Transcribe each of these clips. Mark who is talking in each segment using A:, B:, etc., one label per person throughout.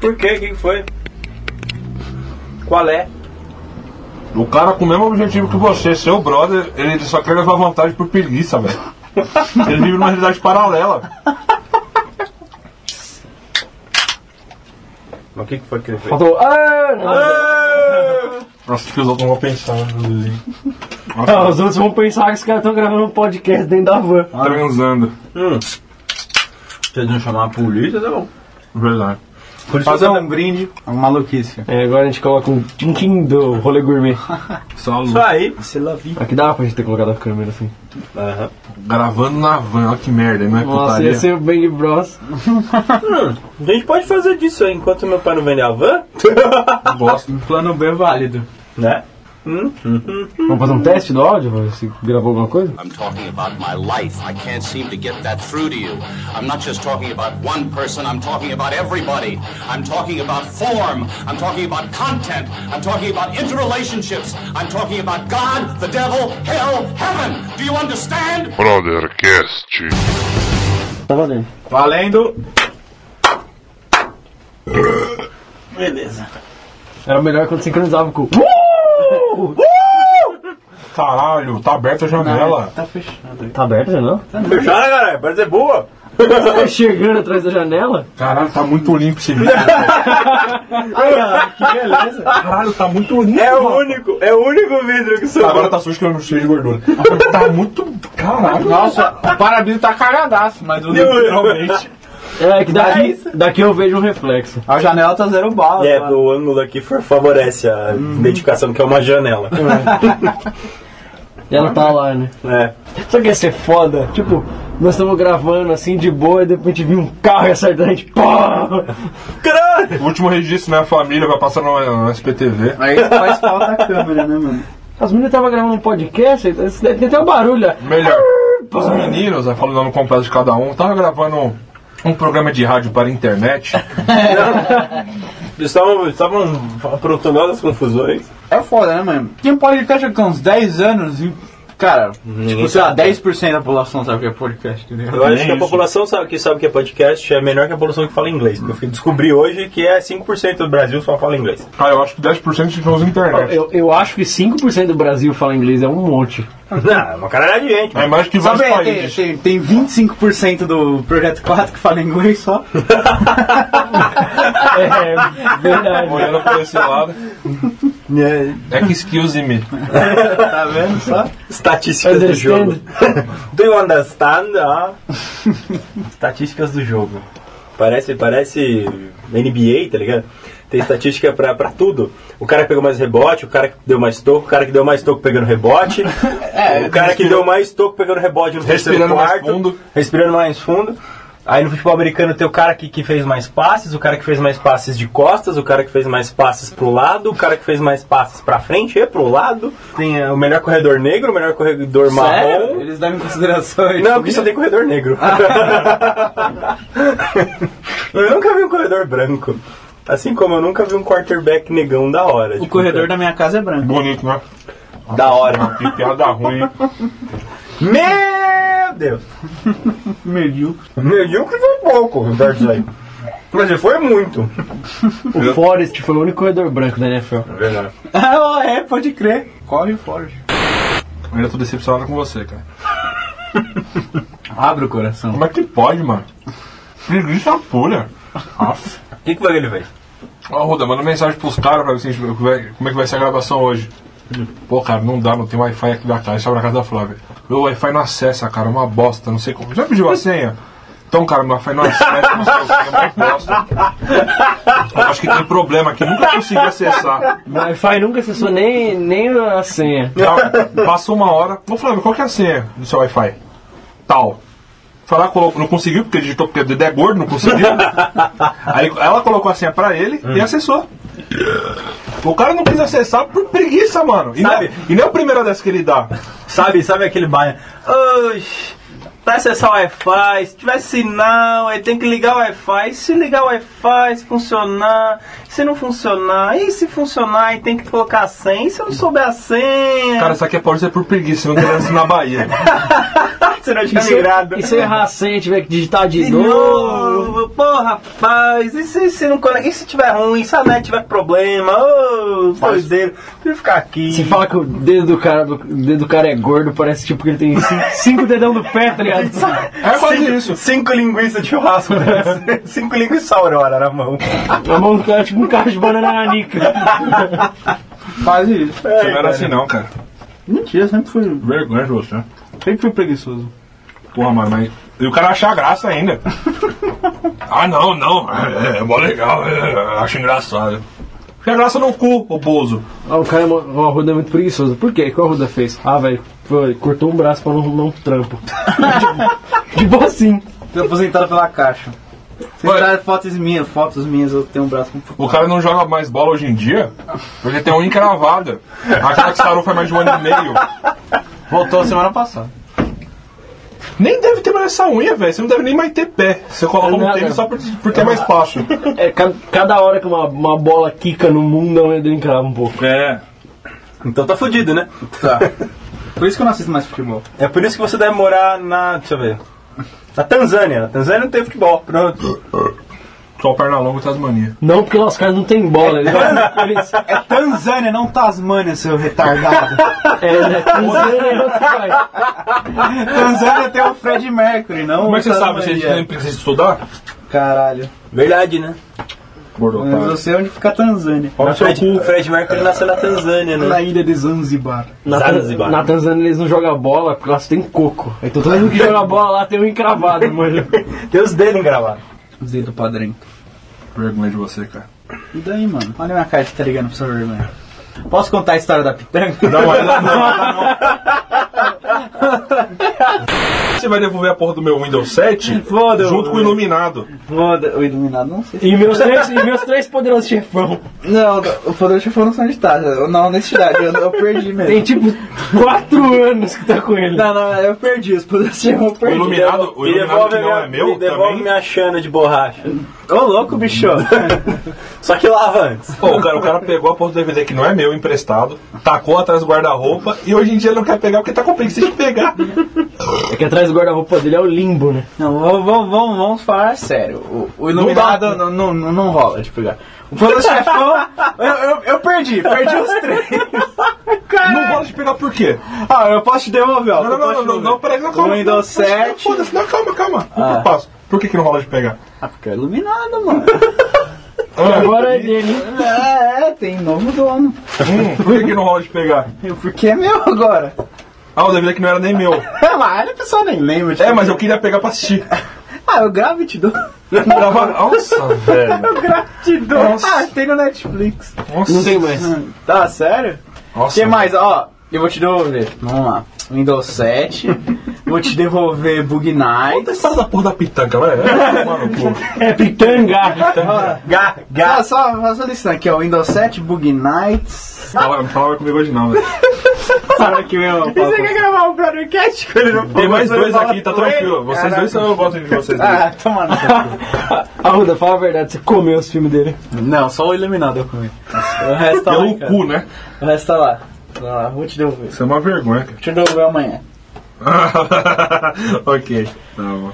A: Por quê? O que que foi? Qual é?
B: O cara com o mesmo objetivo que você, seu brother, ele só quer levar vantagem por preguiça, velho. Ele vive numa realidade paralela.
A: Mas o que que foi que ele fez?
C: Faltou. Ah, não.
B: Nossa, acho que os outros não vão pensar, inclusive. Nossa,
C: Ah, os outros vão pensar que os caras estão gravando um podcast dentro da van.
D: Tá
B: transando.
A: Hum. Vocês não chamar a polícia, tá bom.
B: Verdade.
A: Fazer um brinde.
D: É uma maluquice.
C: É, agora a gente coloca um tchim-tchim do rolê gourmet.
B: Só
A: Isso aí.
D: Você lá vi.
C: Aqui dava pra gente ter colocado a câmera assim.
A: Aham.
B: gravando na van, olha que merda, não é
C: Nossa,
B: putaria.
C: ia ser o Bang Bros.
A: Hum, a gente pode fazer disso aí enquanto meu pai não vende a van, Um
B: Bosta.
D: Plano B válido.
A: né? Hum, hum, hum.
C: Vamos fazer um teste do áudio? pra ver Se gravou alguma coisa?
E: I'm talking about my life. I can't seem to get that through to you. I'm not just talking about one person, I'm talking about everybody. I'm talking about form. I'm talking about content. I'm talking about interrelationships. I'm talking about God, the devil, hell, heaven. Do you understand?
F: Brothercast.
C: Tá valendo.
B: Valendo!
A: Beleza.
C: Era melhor quando sincronizava com.
B: Caralho, tá aberta a janela.
D: Tá fechado aí.
C: Tá aberto já não?
A: Fechada, né, galera. Pode ser boa.
C: Tá chegando atrás da janela?
B: Caralho, tá muito limpo esse vídeo.
C: Que beleza.
B: Caralho, tá muito limpo.
A: É o
B: mano.
A: único, é o único vidro que sobrou.
B: Agora tá sujo que eu não cheio de gordura. tá muito. Caralho.
D: Nossa, o parabéns tá cagadaço, mas o
B: Literalmente.
C: É que daqui, daqui eu vejo um reflexo.
D: A janela tá zero bala.
A: É,
D: cara.
A: do ângulo aqui for- favorece a identificação que é uma janela.
C: E ela tá lá, né?
A: É.
C: Só que ia ser foda. Tipo, nós estamos gravando assim de boa e de repente vi um carro e acertando a gente. Pá!
A: Caralho!
B: O último registro, né? A família vai passar no, no SPTV.
D: Aí faz falta a câmera, né, mano?
C: As meninas estavam gravando um podcast, então isso deve- tem até um barulho. né?
B: Melhor. Os meninos, aí falando o nome completo de cada um, tava gravando um, um programa de rádio para a internet.
A: Eles estavam estavam aprontando várias confusões.
D: É foda, né, mano? Tem um podcast com uns 10 anos e. Cara, tipo, sei lá, 10% da população sabe o que é podcast, entendeu?
A: Eu acho
B: Nem
A: que a
B: isso.
A: população sabe, que sabe que é podcast é menor que a população que fala inglês. Porque eu fui- descobri hoje que é 5% do Brasil só fala inglês.
B: Ah, eu acho que 10% de usa internet.
C: Eu, eu acho que 5% do Brasil fala inglês, é um monte.
A: Não, é uma caralhada de gente.
B: É mais que vários
D: Sabe, tem,
B: países.
D: tem, tem 25% do Projeto 4 que fala inglês só.
C: É, é verdade.
B: Olhando por esse lado. É que excuse me.
D: tá vendo só?
A: Estatísticas do jogo. Do you understand? Ah. Estatísticas do jogo. Parece, parece NBA, tá ligado? Tem estatística pra, pra tudo. O cara que pegou mais rebote, o cara que deu mais toco, o cara que deu mais toco pegando rebote, o cara que deu mais toco pegando rebote no terceiro
B: É, Respirando mais
A: quarto,
B: fundo.
A: respirando mais fundo. Aí no futebol americano tem o cara que, que fez mais passes, o cara que fez mais passes de costas, o cara que fez mais passes pro lado, o cara que fez mais passes pra frente e pro lado. Tem eh, o melhor corredor negro, o melhor corredor marrom.
D: Sério? é Eles levam em consideração isso.
A: Não, porque só tem corredor negro. eu nunca vi um corredor branco. Assim como eu nunca vi um quarterback negão da hora. tipo,
D: O corredor da minha casa é branco.
B: Bonito, né?
A: da hora.
B: Que piada ruim. hein?
A: Meu Deus!
D: Medíocre.
A: Medíocre foi pouco, perto disso aí. Mas ele foi muito.
C: O Forrest foi o único corredor branco da NFL.
A: É verdade.
D: Ah, é, pode crer. Corre forte.
B: Eu ainda tô decepcionado com você, cara.
D: Abre o coração.
B: Como é que pode, mano? Preguiça pura. Aff.
A: O que, que foi que ele fez?
B: Ó, Ruda, manda mensagem pros caras pra ver se a gente vai- como é que vai ser a gravação hoje. Pô, cara, não dá, não tem Wi-Fi aqui da casa, só na casa da Flávia. Meu Wi-Fi não acessa, cara, é uma bosta, não sei como. Já pediu a senha? Então, cara, meu Wi-Fi não acessa, não sei o que, é uma bosta. Eu acho que tem problema aqui, nunca consegui acessar.
C: O Wi-Fi nunca acessou nem, nem a senha.
B: Tá, passou uma hora. Ô, Flávio, qual que é a senha do seu Wi-Fi? Tal. Falar, colocou, não conseguiu, porque digitou, porque o Dedé é gordo, não conseguiu. Aí ela colocou a senha pra ele e acessou. O cara não quis acessar por preguiça, mano. E,
A: Sabe?
B: nem, e nem a primeira dessa que ele dá.
A: Sabe, sabe aquele bairro? Oxi, pra acessar o Wi-Fi, se tiver sinal, aí tem que ligar o Wi-Fi. Se ligar o Wi-Fi, se funcionar, se não funcionar, e se funcionar, aí tem que colocar a senha. E se eu não souber a senha?
B: Cara, isso aqui é pode por preguiça, não tem isso na Bahia.
A: Ah, você não
C: E
A: tinha
C: se, eu-
B: é
A: migrado.
C: e se eu errar a senha e tiver que digitar Tá de,
A: De
C: novo?
A: novo, pô, rapaz, e se, se não conecta? E se tiver ruim? Se a net tiver problema? Ô, os dois dedos, prefiro ficar aqui.
C: Se fala que o dedo do cara, o dedo do cara é gordo, parece tipo que ele tem cinco, cinco dedão do pé, tá ligado?
B: É quase
A: cinco,
B: isso.
A: Cinco linguiças de churrasco. né? cinco linguiças aurora na mão.
C: A mão do cara é tipo um carro de banana na nica.
D: Quase isso. É,
B: Você não era assim não, cara.
D: Mentira, sempre fui,
B: Vergonha de você.
D: sempre fui preguiçoso.
B: Porra, mano, mas. E o cara achar graça ainda. ah, não, não. É, é, é mó legal. é, é, acho engraçado. Achei graça no cu, o Bozo.
C: Ah, o cara é mó- o Arruda é muito preguiçoso. Por quê? O que o Arruda fez? Ah, velho, foi, cortou um braço pra não arrumar um trampo. Tipo, tipo assim.
D: Fui aposentado pela caixa. Vocês
B: Ué.
D: tiraram fotos minhas, fotos minhas, eu tenho um braço com
B: O cara não joga mais bola hoje em dia porque tem uma encravada. Aquela que sarou faz mais de um ano e meio.
D: Voltou semana passada.
B: Nem deve ter mais essa unha, velho. Você não deve nem mais ter pé. Você coloca um
C: Nada.
B: tênis só por, por ter mais espaço.
C: É, ca- cada, hora que uma, uma bola quica no mundo, a unha dele encrava um pouco.
B: É.
A: Então tá fudido, né?
D: Tá. Por isso que eu não assisto mais futebol.
A: É por isso que você deve morar na. Deixa eu ver. Na Tanzânia. Na Tanzânia não tem futebol. Pronto.
B: Só o perna longa e Tasmania.
C: Não porque lá os caras não tem bola. Eles, eles,
D: É Tanzânia, não Tasmânia, seu retardado.
C: é, né? Tanzânia é outro país.
D: Tanzânia tem o Fred Mercury, não
B: Como é que você
D: o
B: sabe? Você
D: Tasmania.
B: nem precisa estudar?
D: Caralho.
A: Verdade, né?
B: Gordo,
D: Mas eu sei onde fica a Tanzânia.
A: O Fred, Fred Mercury nasceu na Tanzânia, né?
D: Na ilha de Zanzibar.
C: Na,
A: Zanzibar.
C: na Tanzânia eles não jogam bola porque lá só tem coco. Então todo mundo que joga bola lá tem um encravado, mano.
A: Tem os dedos engravados.
D: Os dedos do padrinho.
B: Vergonha de você, cara.
D: E daí, mano? Olha minha cara que tá ligando pra sua vergonha. Posso contar a história da pitanga?
B: Não, mas não, não, não. Você vai devolver a porra do meu Windows 7
C: Foda,
B: junto com o iluminado.
D: Foda, o iluminado, não sei.
C: E meus três, e meus três poderosos chefão.
D: Não, o poder chefão não são de taça. Não, honestidade, eu, eu perdi mesmo.
C: Tem tipo quatro anos que tá com ele.
D: Não, não, eu perdi. Os poderes chefão eu
B: O
D: perdi.
B: iluminado, o
A: E
B: iluminado que
A: devolve,
B: não
A: minha,
B: é meu
A: e devolve
B: também.
A: minha chana de borracha.
D: Ô, louco, bicho.
A: Só que lava antes.
B: Pô, o cara, o cara pegou a porra do DVD que não é meu, emprestado, tacou atrás do guarda-roupa e hoje em dia ele não quer pegar porque tá com preguiça de pegar.
C: É que atrás do guarda-roupa dele é o limbo, né?
D: Não, vamos, vamos, vamos, vamos falar sério. O, o iluminado não, não, não, não rola de pegar. O poder chefão, eu, eu, eu perdi. Perdi os três.
B: Não gosta de pegar por quê?
D: Ah, eu posso te devolver, ó.
B: Não, não, não, não, não, não, peraí, não, calma.
D: O Windows
B: Não, não,
D: 7.
B: Foda-se, não, calma, calma. O que
D: Ah.
B: eu faço? Por que, que não rola de pegar?
D: Ah, porque é iluminado, mano.
B: Ah,
C: Agora é dele. hein?
D: é, é, tem novo dono.
B: Hum, por que, que não rola de pegar?
D: Porque é meu agora.
B: Ah, o DVD que não era nem meu.
D: É, mas olha, a pessoa nem lembra. tipo,
B: É, mas eu queria pegar pra assistir.
D: Ah, eu gravo e te dou.
B: Grava... Nossa, velho.
D: Eu gravo e te dou.
B: Nossa.
D: Ah, tem no Netflix.
B: Nossa,
C: Não tem mais.
D: Hum, Tá, sério? O
B: Nossa,
D: que mais? Ó, eu vou te devolver. Vamos lá. Windows 7. vou te devolver Bug
B: Conta a
D: Nights.
B: história da porra da pitanca, vai. É, mano, pô.
C: É pitanga.
A: Gá, gá.
D: Ah, só faz a lista aqui, ó. Windows 7, Bug Nights.
B: Fala- Não falava comigo hoje não, velho.
D: Sabe que meu.
A: gravar um podcast com ele
B: Tem mais dois aqui, tá tranquilo. Vocês dois são eu gosto de vocês dois.
D: Ah, toma no.
C: Arruda, fala a verdade, você comeu os filmes dele.
D: Não, só o iluminado eu comi. O resto tá lá.
B: Pelo
D: cara.
B: cu, né?
D: O resto tá lá. Tá lá, vou te devolver.
B: Isso é uma vergonha,
D: Vou te devolver amanhã.
B: cara. ok. Tá bom.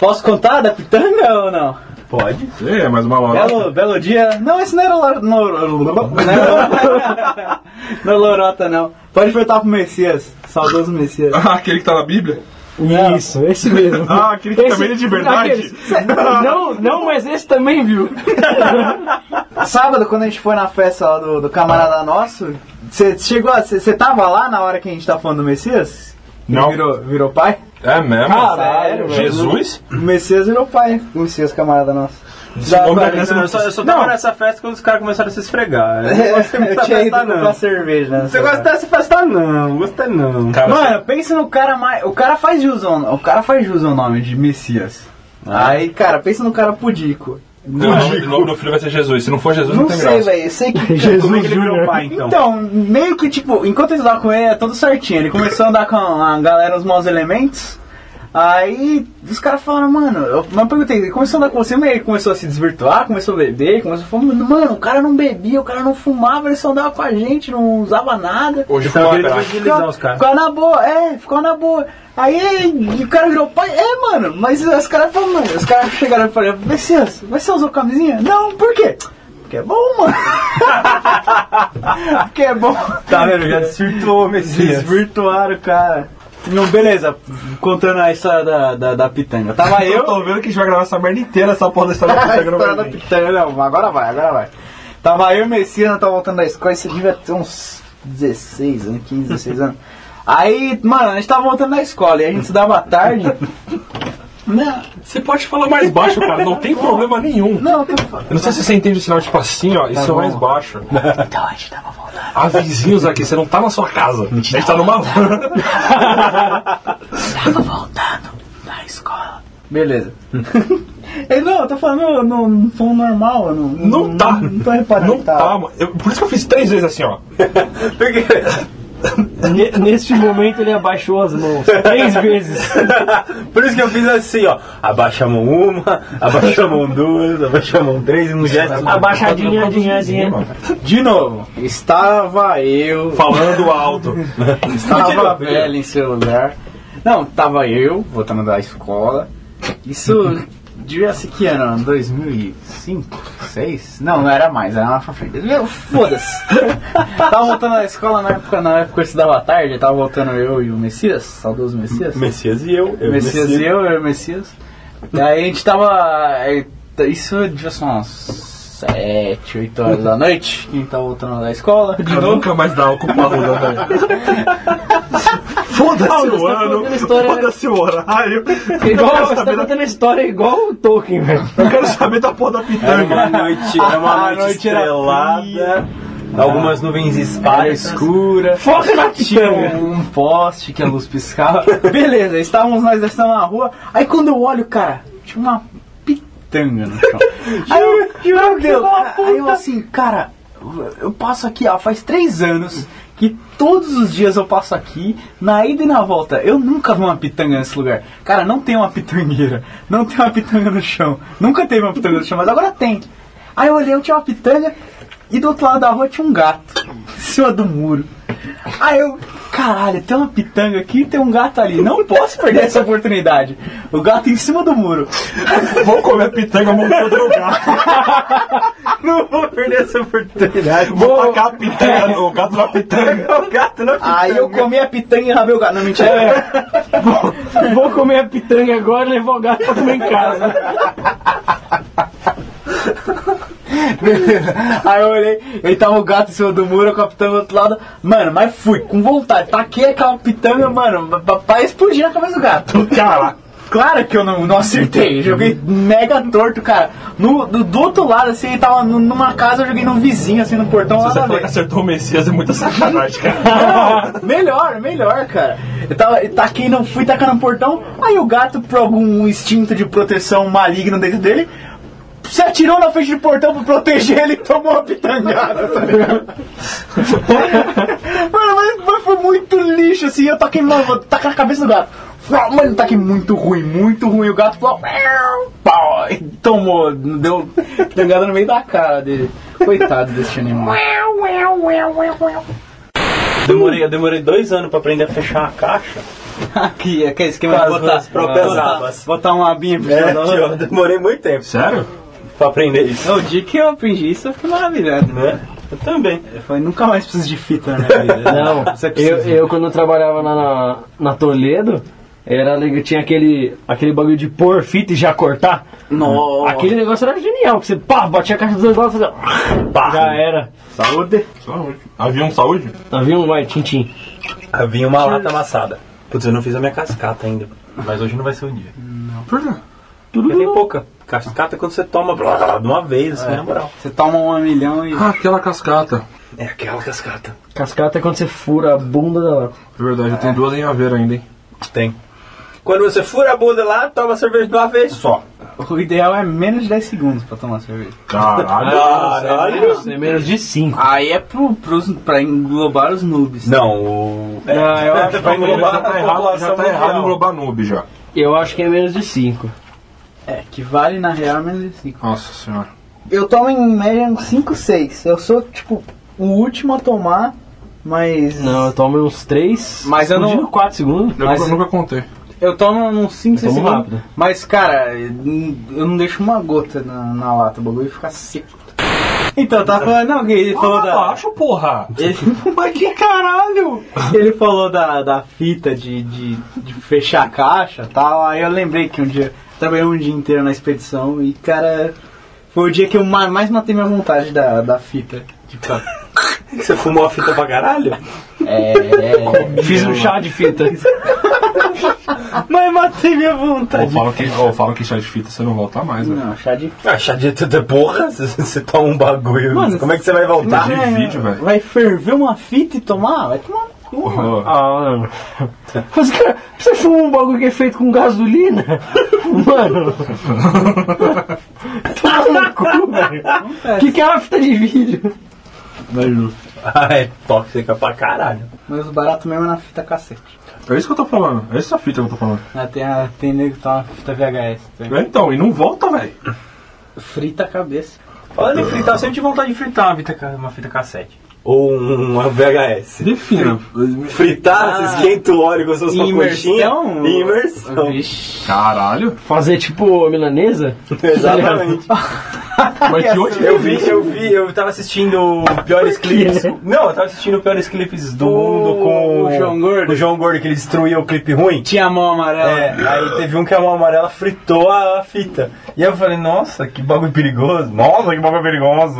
D: Posso contar da pitanga ou não? Pode.
B: É, mais uma hora.
D: Belo, belo dia. Não, esse não era lor- no- no- não. Não é lorota, não. Pode perguntar pro Messias. Saudoso Messias.
B: Ah, aquele que tá na Bíblia?
C: Isso, esse mesmo.
B: Ah, aquele que também é de verdade?
C: aqueles. Não, não, mas esse também viu.
D: Ah, Sábado, quando a gente foi na festa lá do, do camarada nosso, você chegou, você tava lá na hora que a gente tá falando do Messias? Ele
B: Não.
D: Virou, virou pai?
B: É mesmo? É.
C: Caralho, velho.
B: Jesus?
D: O Messias virou pai. O Messias, camarada nosso.
B: O nome da
D: pra-
B: criança
A: Eu só, eu só tava nessa festa quando os caras começaram a se esfregar. Eu não gosto muito
D: É, Eu
A: dessa
D: tinha ido
A: festa,
D: comprar
A: não.
D: cerveja, né?
A: Você gosta dessa festa, não. Gostei, não. é
B: Cara,
D: Mano, pensa no cara mais. O cara faz jus ao, o cara faz jus ao nome de Messias. Aí, cara, pensa no cara pudico.
B: você- o nome- o nome do filho vai ser Jesus. Se não for Jesus, não,
D: Não
B: tem
D: sei,
B: graça.
D: velho. Sei que.
A: Como é
C: Jesus
A: que ele virou
C: Júnior.
A: pai, então?
D: Então, meio é que tipo, enquanto eu andava com ele, era todo certinho. Ele começou a andar com a galera, os maus elementos. Aí os caras falaram, mano, eu, mas eu perguntei, ele começou a andar com você, mas ele começou a se desvirtuar, começou a beber, começou a falar, mano, o cara não bebia, o cara não fumava, ele só andava com a gente, não usava nada.
B: Hoje
A: Então, eu
B: foi
A: queria
B: atrás.
A: evangelizar os caras.
D: Ficou na boa, é, ficou na boa. Aí e o cara virou pai, é, mano, mas os caras falaram, mano, os caras chegaram e falaram, Messias, mas você usou camisinha? Não, por quê? Porque é bom, mano. Porque é bom. é
A: Tá vendo? Já desvirtuou o Messias.
D: Desvirtuaram, cara. Não, beleza, contando a história da, da, da pitanga. Tava eu.
B: Eu tô vendo que a gente vai gravar essa merda inteira, essa porra da história tá
D: A
B: da
D: história da
B: Instagram.
D: pitanga, tá não, agora vai, agora vai. Tava eu e o Messias, tava voltando da escola, isso devia ter uns 16 anos, 15, 16 anos. Aí, mano, a gente tava voltando da escola e a gente estudava à tarde. Não,
B: Você pode falar mais baixo, cara, não tem problema nenhum.
D: não, Tá tô falando.
B: Eu não sei se você entende o sinal tipo assim, ó, isso é mais baixo.
D: Então a gente tava voltando.
B: Há vizinhos aqui, você não tá na sua casa, a gente tá numa van.
D: Tava voltando da escola. Beleza. Ele, não, eu tô falando no, no tom normal, eu não,
B: Não tá.
D: Não tô reparando.
B: Não
D: que tá.
B: tá, mano. Eu- por isso que eu fiz três vezes assim, ó.
A: Porque
C: Ne- Neste momento ele abaixou as mãos três vezes.
A: Por isso que eu fiz assim, ó. Abaixa a mão uma, abaixa a mão duas, abaixa a mão três e no gesto.
C: Abaixadinha, adinha, adinha.
D: De novo, estava eu.
B: Falando alto.
D: Estava a velha em seu lugar. Não, tava eu, voltando da escola. Isso devia ser que ano? 2005? 6? Não, não era mais, era lá pra frente. Meu, Foda-se. tava voltando da escola na época, na época eu estudava à tarde, tava voltando eu e o Messias, saudoso Messias.
A: Messias e eu. eu
D: Messias e eu, eu e o Messias. E aí a gente tava. é, Isso devia ser umas 7, 8 horas da noite. A gente tava voltando da escola.
B: Eu nunca mais dá álcool pra Lula, né? velho. Foda-se
C: Paulo,
B: o
C: você tá
B: ano,
C: contando a história-
B: foda-se o horário.
C: É
B: Eu
C: Igual,
B: quero
C: você tá
B: saber da-
C: contando a história igual o Tolkien, velho.
B: eu quero saber da porra da
A: Era uma
B: pitanga.
A: noite, era uma
D: A
A: noite,
D: noite era
A: estrelada, algumas nuvens
D: Área
A: esparsas.
D: escura.
C: Foca na
D: tinha
C: pitanga.
D: um, um poste que a luz piscava. Beleza, estávamos nós descendo na rua. Aí quando eu olho, cara, tinha uma pitanga no chão. aí eu, meu Deus, cara, aí eu assim, cara, eu passo aqui, ó, faz três anos que todos os dias eu passo aqui, na ida e na volta. Eu nunca vi uma pitanga nesse lugar. Cara, não tem uma pitangueira, não tem uma pitanga no chão. Nunca teve uma pitanga no chão, mas agora tem. Aí eu olhei, eu tinha uma pitanga e do outro lado da rua tinha um gato em cima do muro. Aí eu, caralho, tem uma pitanga aqui e tem um gato ali. Não posso perder essa oportunidade. O gato em cima do muro.
B: Vou É, comer pitanga montando no gato.
A: Não vou perder essa oportunidade.
B: Vou tacar a pitanga, no- o gato na pitanga.
A: O gato não
D: Aí eu comi a pitanga e rabei o gato. Não, mentira.
C: Vou comer a pitanga agora e levar o gato pra comer em casa.
D: Aí eu olhei, ele tava o gato em cima do muro, eu com a pitanga do outro lado. Mano, mas fui, com vontade. Taquei aquela pitanga, mano, pra- pra explodir na cabeça do gato.
B: Caraca.
D: Claro que eu não, não acertei, joguei mega torto, cara. No, do, do outro lado, assim, ele tava nu- numa casa, eu joguei num vizinho, assim, no portão lá
B: Você
D: da
B: falou que
D: vez.
B: acertou o Messias, é muita sacanagem, cara.
D: Não, melhor, melhor, cara. Eu tava, eu taquei, tá não fui tacar no portão, aí o gato, por algum instinto de proteção maligno dentro dele, se atirou na frente do portão pra proteger ele e tomou uma pitangada, tá ligado? Mano, mas, mas foi muito lixo, assim, eu taquei, mano, vou tacar na cabeça do gato. Fua, Mano, taquei muito ruim, muito ruim, o gato falou, "Miau", pau, e tomou, deu pitangada no meio da cara dele. Coitado desse animal.
A: Demorei, eu demorei dois anos pra aprender a fechar a caixa.
D: Aqui, aquele esquema
A: Com
D: de
A: as
D: botar
A: minhas próprias
D: botar-
A: abas.
D: Botar uma abinha pro
A: É,
D: final da-
A: tio, eu demorei muito tempo
B: Sério?
A: pra aprender isso.
D: Não, É O dia que eu aprendi isso, eu fiquei maravilhado.
A: Né? Eu também.
D: Eu falei, nunca mais preciso de fita né? na minha vida.
C: Não,
D: Você
C: eu,
D: precisa.
C: eu quando eu trabalhava lá na, na Toledo, era legal, tinha aquele, aquele bagulho de pôr fita e já cortar.
D: Nossa.
C: Aquele negócio era genial, que você pá, batia a caixa dos dois lados e fazia. Pá, já era.
D: Saúde.
B: Saúde. Avião de saúde?
C: Avião, Tá vai, tintim.
A: Havia Ah, uma lata amassada. Putz, eu não fiz a minha cascata ainda. Mas hoje não vai ser o dia.
B: Por quê?
A: Porque tem pouca. Cascata é quando você toma blá, blá, blá, de uma vez, assim, na moral.
D: Você toma um milhão e.
B: Ah, aquela cascata.
A: É aquela cascata.
C: Cascata é quando você fura a bunda da lata.
B: É verdade, eu tenho duas em aveira ainda, hein?
A: Tem. Quando você fura a bunda lá, toma cerveja de uma vez só.
D: O ideal é menos de 10 segundos pra tomar cerveja.
B: Caralho.
A: Ah, Caralho!
C: É menos de 5.
D: Aí é pro, pros, pra englobar os noobs.
A: Não, o.
D: É, eu acho
B: Já tá
A: englobar a
B: errado, já
A: população
B: tá errado
A: mundial.
B: englobar noob já.
C: Eu acho que é menos de 5.
D: É, que vale na real menos de 5.
B: Nossa senhora.
D: Eu tomo em média uns 5, 6. Eu sou, tipo, o último a tomar, mas.
C: Não, eu tomo uns 3.
D: Mas eu não-
C: 4 segundos.
B: Eu
D: Mas-
B: nunca, nunca contei.
D: Eu tomo uns 5, 6
C: tomo
D: segundos.
C: rápido.
D: Mas, cara, eu não deixo uma gota na, na lata, o bagulho fica seco. Então, eu tava falando, não, que ele falou da.
B: abaixo, porra!
D: Ele, mas que caralho! Ele falou da, da fita de, de, de fechar a caixa e tal. Aí eu lembrei que um dia eu trabalhei um dia inteiro na expedição e, cara, foi o dia que eu ma- mais matei minha vontade da, da fita. Tipo,
A: Você fumou a fita pra caralho?
D: é.
C: Fiz um chá de fita.
D: mas matei minha vontade.
B: Ou falo, que, ou falo que chá de fita você não volta mais, né? velho.
D: Não, chá de
A: Ah, chá de tudo é porra? Você- Você toma um bagulho.
D: Mano,
A: como é que você vai voltar?
B: imagina- Tá vídeo, velho. Uhum.
D: Vai ferver uma fita e tomar? Vai tomar no cu, mano.
B: Porra.
C: Ah, mano. Mas, cara, você fuma um bagulho que é feito com gasolina? Mano. Toma no cu, velho. O que, que é uma fita de vídeo?
A: Ah, é tóxica pra caralho.
D: Mas o barato mesmo é na fita cassete.
B: É isso que eu tô falando. É essa fita que eu tô falando.
D: Ah, tem, a, tem nego que toma fita VHS. Tem.
B: É, então, e não volta, velho.
D: Frita a cabeça.
F: Falando em fritar, eu sempre tive vontade de fritar uma fita, ca- uma fita cassete.
A: Ou um, uma VHS.
B: Defina.
A: Fritar, você esquenta o óleo com suas coxinhas.
D: Imersão?
A: Imersão.
D: Vixe.
B: Caralho.
C: Fazer tipo milanesa?
A: Exatamente.
B: Mas que hoje
F: Eu vi, eu vi, eu tava assistindo piores clipes. Não, eu tava assistindo piores clipes do mundo com
D: o João Gordo.
F: O João Gordo que ele destruía o clipe ruim.
D: Tinha a mão
C: Ah.
D: amarela.
F: É, aí teve um que a mão amarela fritou a fita. E eu falei, nossa, que bagulho perigoso. Nossa, que bagulho perigoso.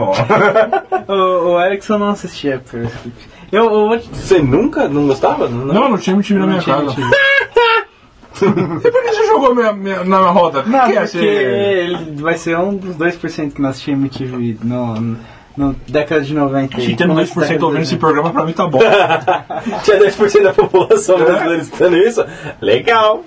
D: O, o Erickson não assistia Pearl Clip. Eu, eu vou te
A: Você nunca não gostava?
B: Não, não tinha MTV na minha casa. e por que você jogou minha, minha- na minha roda? é Por
D: Não,
B: que
D: porque ele vai ser um dos 2% que não assistia MTV no, no década de 90.
B: Se tendo 2% ouvindo esse programa, pra mim tá bom.
A: Tinha 10% da população brasileira estudando isso? Legal.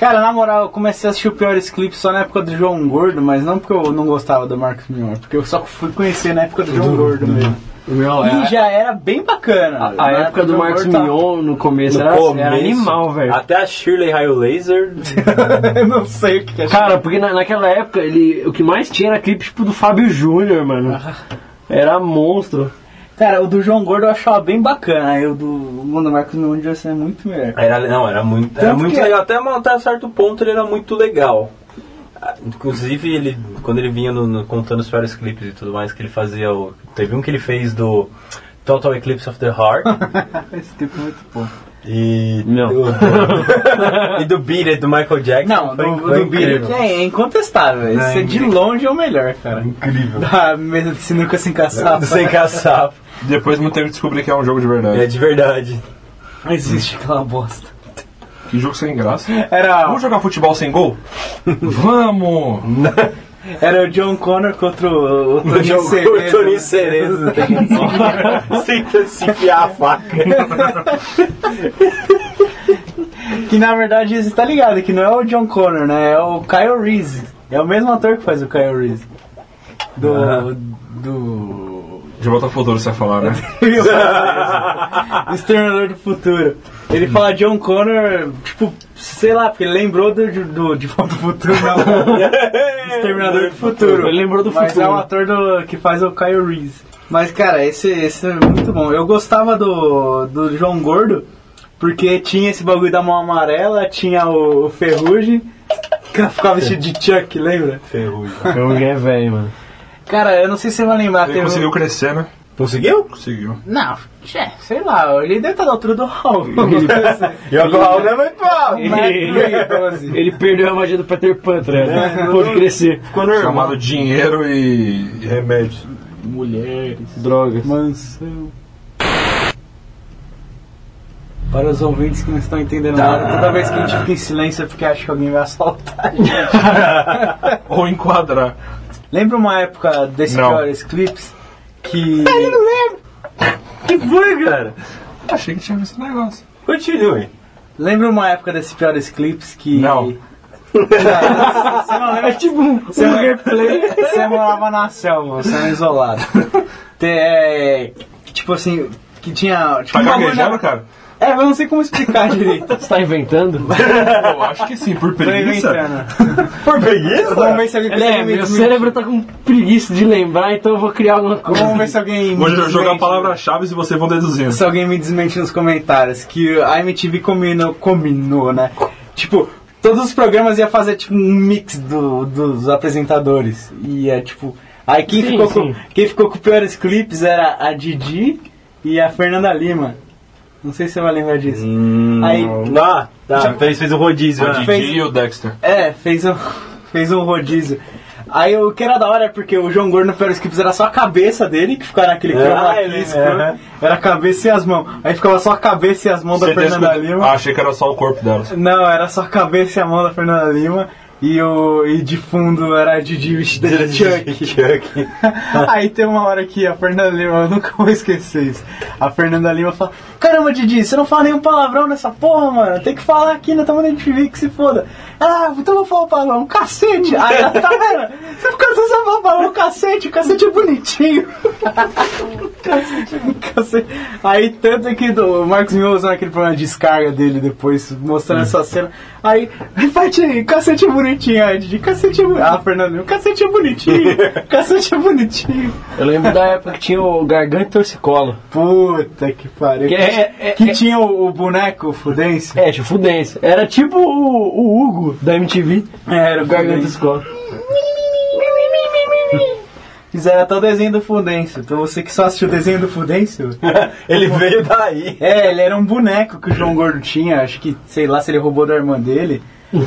D: Cara, na moral, eu comecei a assistir o Piores Clipes só na época do João Gordo, mas não porque eu não gostava do Marcos Mion, é porque eu só fui conhecer na época do João Gordo mesmo.
C: Não, é
D: E já era bem bacana.
C: A,
D: Na
C: a Uhum. Ah, época do
D: João
C: Marcos
D: Gordo tava-
C: Mignon, tá. no começo,
A: No
C: era, assim, era
A: começo,
C: animal, velho.
A: Até a Shirley raio laser.
D: tá? eu não sei o que que é.
C: Cara, porque na- naquela época, ele, o que mais tinha era clipe tipo do Fábio Júnior, mano. Era monstro.
D: Cara, o do João Gordo eu achava bem bacana, aí o do o do Marcos Mion devia ser muito melhor.
A: Era, não, era muito, era
D: Tanto
A: muito
D: que-
A: legal. Até, uma- até certo ponto ele era muito legal. Ah, Inclusive, ele, quando ele vinha no- no- contando os vários clipes e tudo mais que ele fazia, o- teve um que ele fez do Total Eclipse of the Heart
D: Esse clipe é muito bom.
A: e,
C: Não.
A: e do Beat It, do Michael Jackson.
D: Não,
A: Foi-
D: do,
A: foi
D: do Beat It
A: incrível.
D: é incontestável. Esse é de longe é o melhor, cara.
A: Incrível.
D: Da mesa de sinuca sem caçar.
A: Do Sem caçar.
B: Depois de muito tempo descobri que é um jogo de
A: É
B: verdade.
A: de verdade.
D: Não existe aquela bosta.
B: Que jogo sem graça.
D: Era
B: Vamos jogar futebol sem gol? Vamos!
D: Era o John Connor contra o, o Tony
A: Jogou
D: Cerezo.
A: o Tony Cerezo. Tenta se enfiar a faca.
D: Que na verdade você tá ligado, que não é o John Connor, né? É o Kyle Reese. É o mesmo ator que faz o Kyle Reese. Do. do.
B: De volta ao futuro, você vai falar, né?
D: Exterminador do Futuro. Ele fala John Connor, tipo, sei lá, porque ele lembrou do, do De Volta ao Futuro, não. Exterminador do Futuro.
C: Ele lembrou do
D: Mas
C: futuro.
D: é o ator do, que faz o Kyle Reese. Mas, cara, esse, esse é muito bom. Eu gostava do, do João Gordo, porque tinha esse bagulho da mão amarela, tinha o, o Ferrugem, que ficava vestido de Chuck, lembra?
A: Ferrugem.
C: Eu é velho, mano.
D: Cara, eu não sei se você vai lembrar.
B: Ele
D: teve um-
B: conseguiu crescer, né?
A: Conseguiu?
B: Conseguiu.
D: Não, é, sei lá, ele deve estar na altura do Hulk. assim.
A: E agora não é muito mal.
C: Ele perdeu a magia do Peter Pan, tá ligado? Pôde crescer.
A: Ficou normal.
B: Chamado dinheiro e, e remédios.
C: Drogas.
D: Mansão. Para os ouvintes que não estão entendendo nada, toda vez que a gente fica em silêncio é porque acha que alguém vai assaltar.
B: Ou enquadrar.
D: Lembra uma época desses
B: Não.
D: piores clipes que.
A: Que foi, cara?
B: Achei que tinha esse negócio.
A: Continue.
D: Lembra uma época desses piores clipes que.
B: Não.
D: Cara, Você não lembra? É tipo um replay. Você morava na selva, você era isolado. Te- é, tipo assim, que tinha. Tipo,
B: Tá
D: uma
B: gaguejando,
D: banda-
B: cara?
D: É, mas eu não sei como explicar direito.
C: Você tá inventando?
B: Eu acho que sim, por
D: Tô
B: preguiça.
D: inventando.
F: Por preguiça?
D: Vamos ver se alguém
C: É,
D: consegue me-
C: meu cérebro tá com preguiça de lembrar, então eu vou criar alguma
D: Vamos
C: coisa.
D: ver se alguém. me
B: Vou jo- jogar
D: desmente.
B: palavras-chave e vocês vão deduzindo.
D: Se alguém me desmente nos comentários que a MTV combinou, combinou né? Tipo, todos os programas ia fazer tipo um mix do- dos apresentadores. E é tipo. Aí quem,
C: Sim,
D: ficou com,
C: sim.
D: quem ficou com piores clipes era a Didi e a Fernanda Lima. Não sei se você vai lembrar disso.
C: Hum,
D: Aí-
A: Ah, tá. Fez, fez o rodízio,
B: O
A: né?
B: Didi e o Dexter.
D: É, fez um, fez um rodízio. Aí o que era da hora é porque o João Gordo no Ferris Clips era só a cabeça dele, que ficava naquele
A: Ah,
D: chroma key
A: ele-
D: escuro.
A: é.
D: Era a cabeça e as mãos. Aí ficava só a cabeça e as mãos da
B: Certeza
D: Fernanda
B: que-
D: Lima.
B: Ah, achei que era só o corpo delas.
D: Não, era só a cabeça e a mão da Fernanda Lima. E, o, e de fundo era a Didi vestida de Chuck.
A: Chuck.
D: Aí tem uma hora que a Fernanda Lima, eu nunca vou esquecer isso. A Fernanda Lima fala: Caramba, Didi, você não fala nenhum palavrão nessa porra, mano. Tem que falar aqui, né? não estamos dentro de TV, que se foda. Ah, então eu vou falar o palavrão, cacete. Aí ela tá vendo? Você fica sem falar o palavrão, um cacete, o cacete é bonitinho. Cacete. Aí tanto que do- o Marcos Mion usando aquele programa de descarga dele depois, mostrando essa cena. Aí, repete aí, cacete é bonitinho, aí, Didi, cacete é bonitinho. Ah, Fernando, cacete é bonitinho, cacete é bonitinho.
C: Eu lembro da época que tinha o garganta e torcicolo.
D: Puta que pariu.
C: Que, é, é,
D: que
C: é-
D: tinha o, o boneco, o Fudense.
C: é, tipo Dance. Era tipo o, o Hugo da MTV.
D: Era
C: É, O garganta e torcicolo.
D: Fizeram até o desenho do Fudense. Então você que só assistiu o desenho do Fudense.
A: Ele veio daí.
D: É, ele era um boneco que o João Gordo tinha, acho que, sei lá, se ele roubou da irmã dele.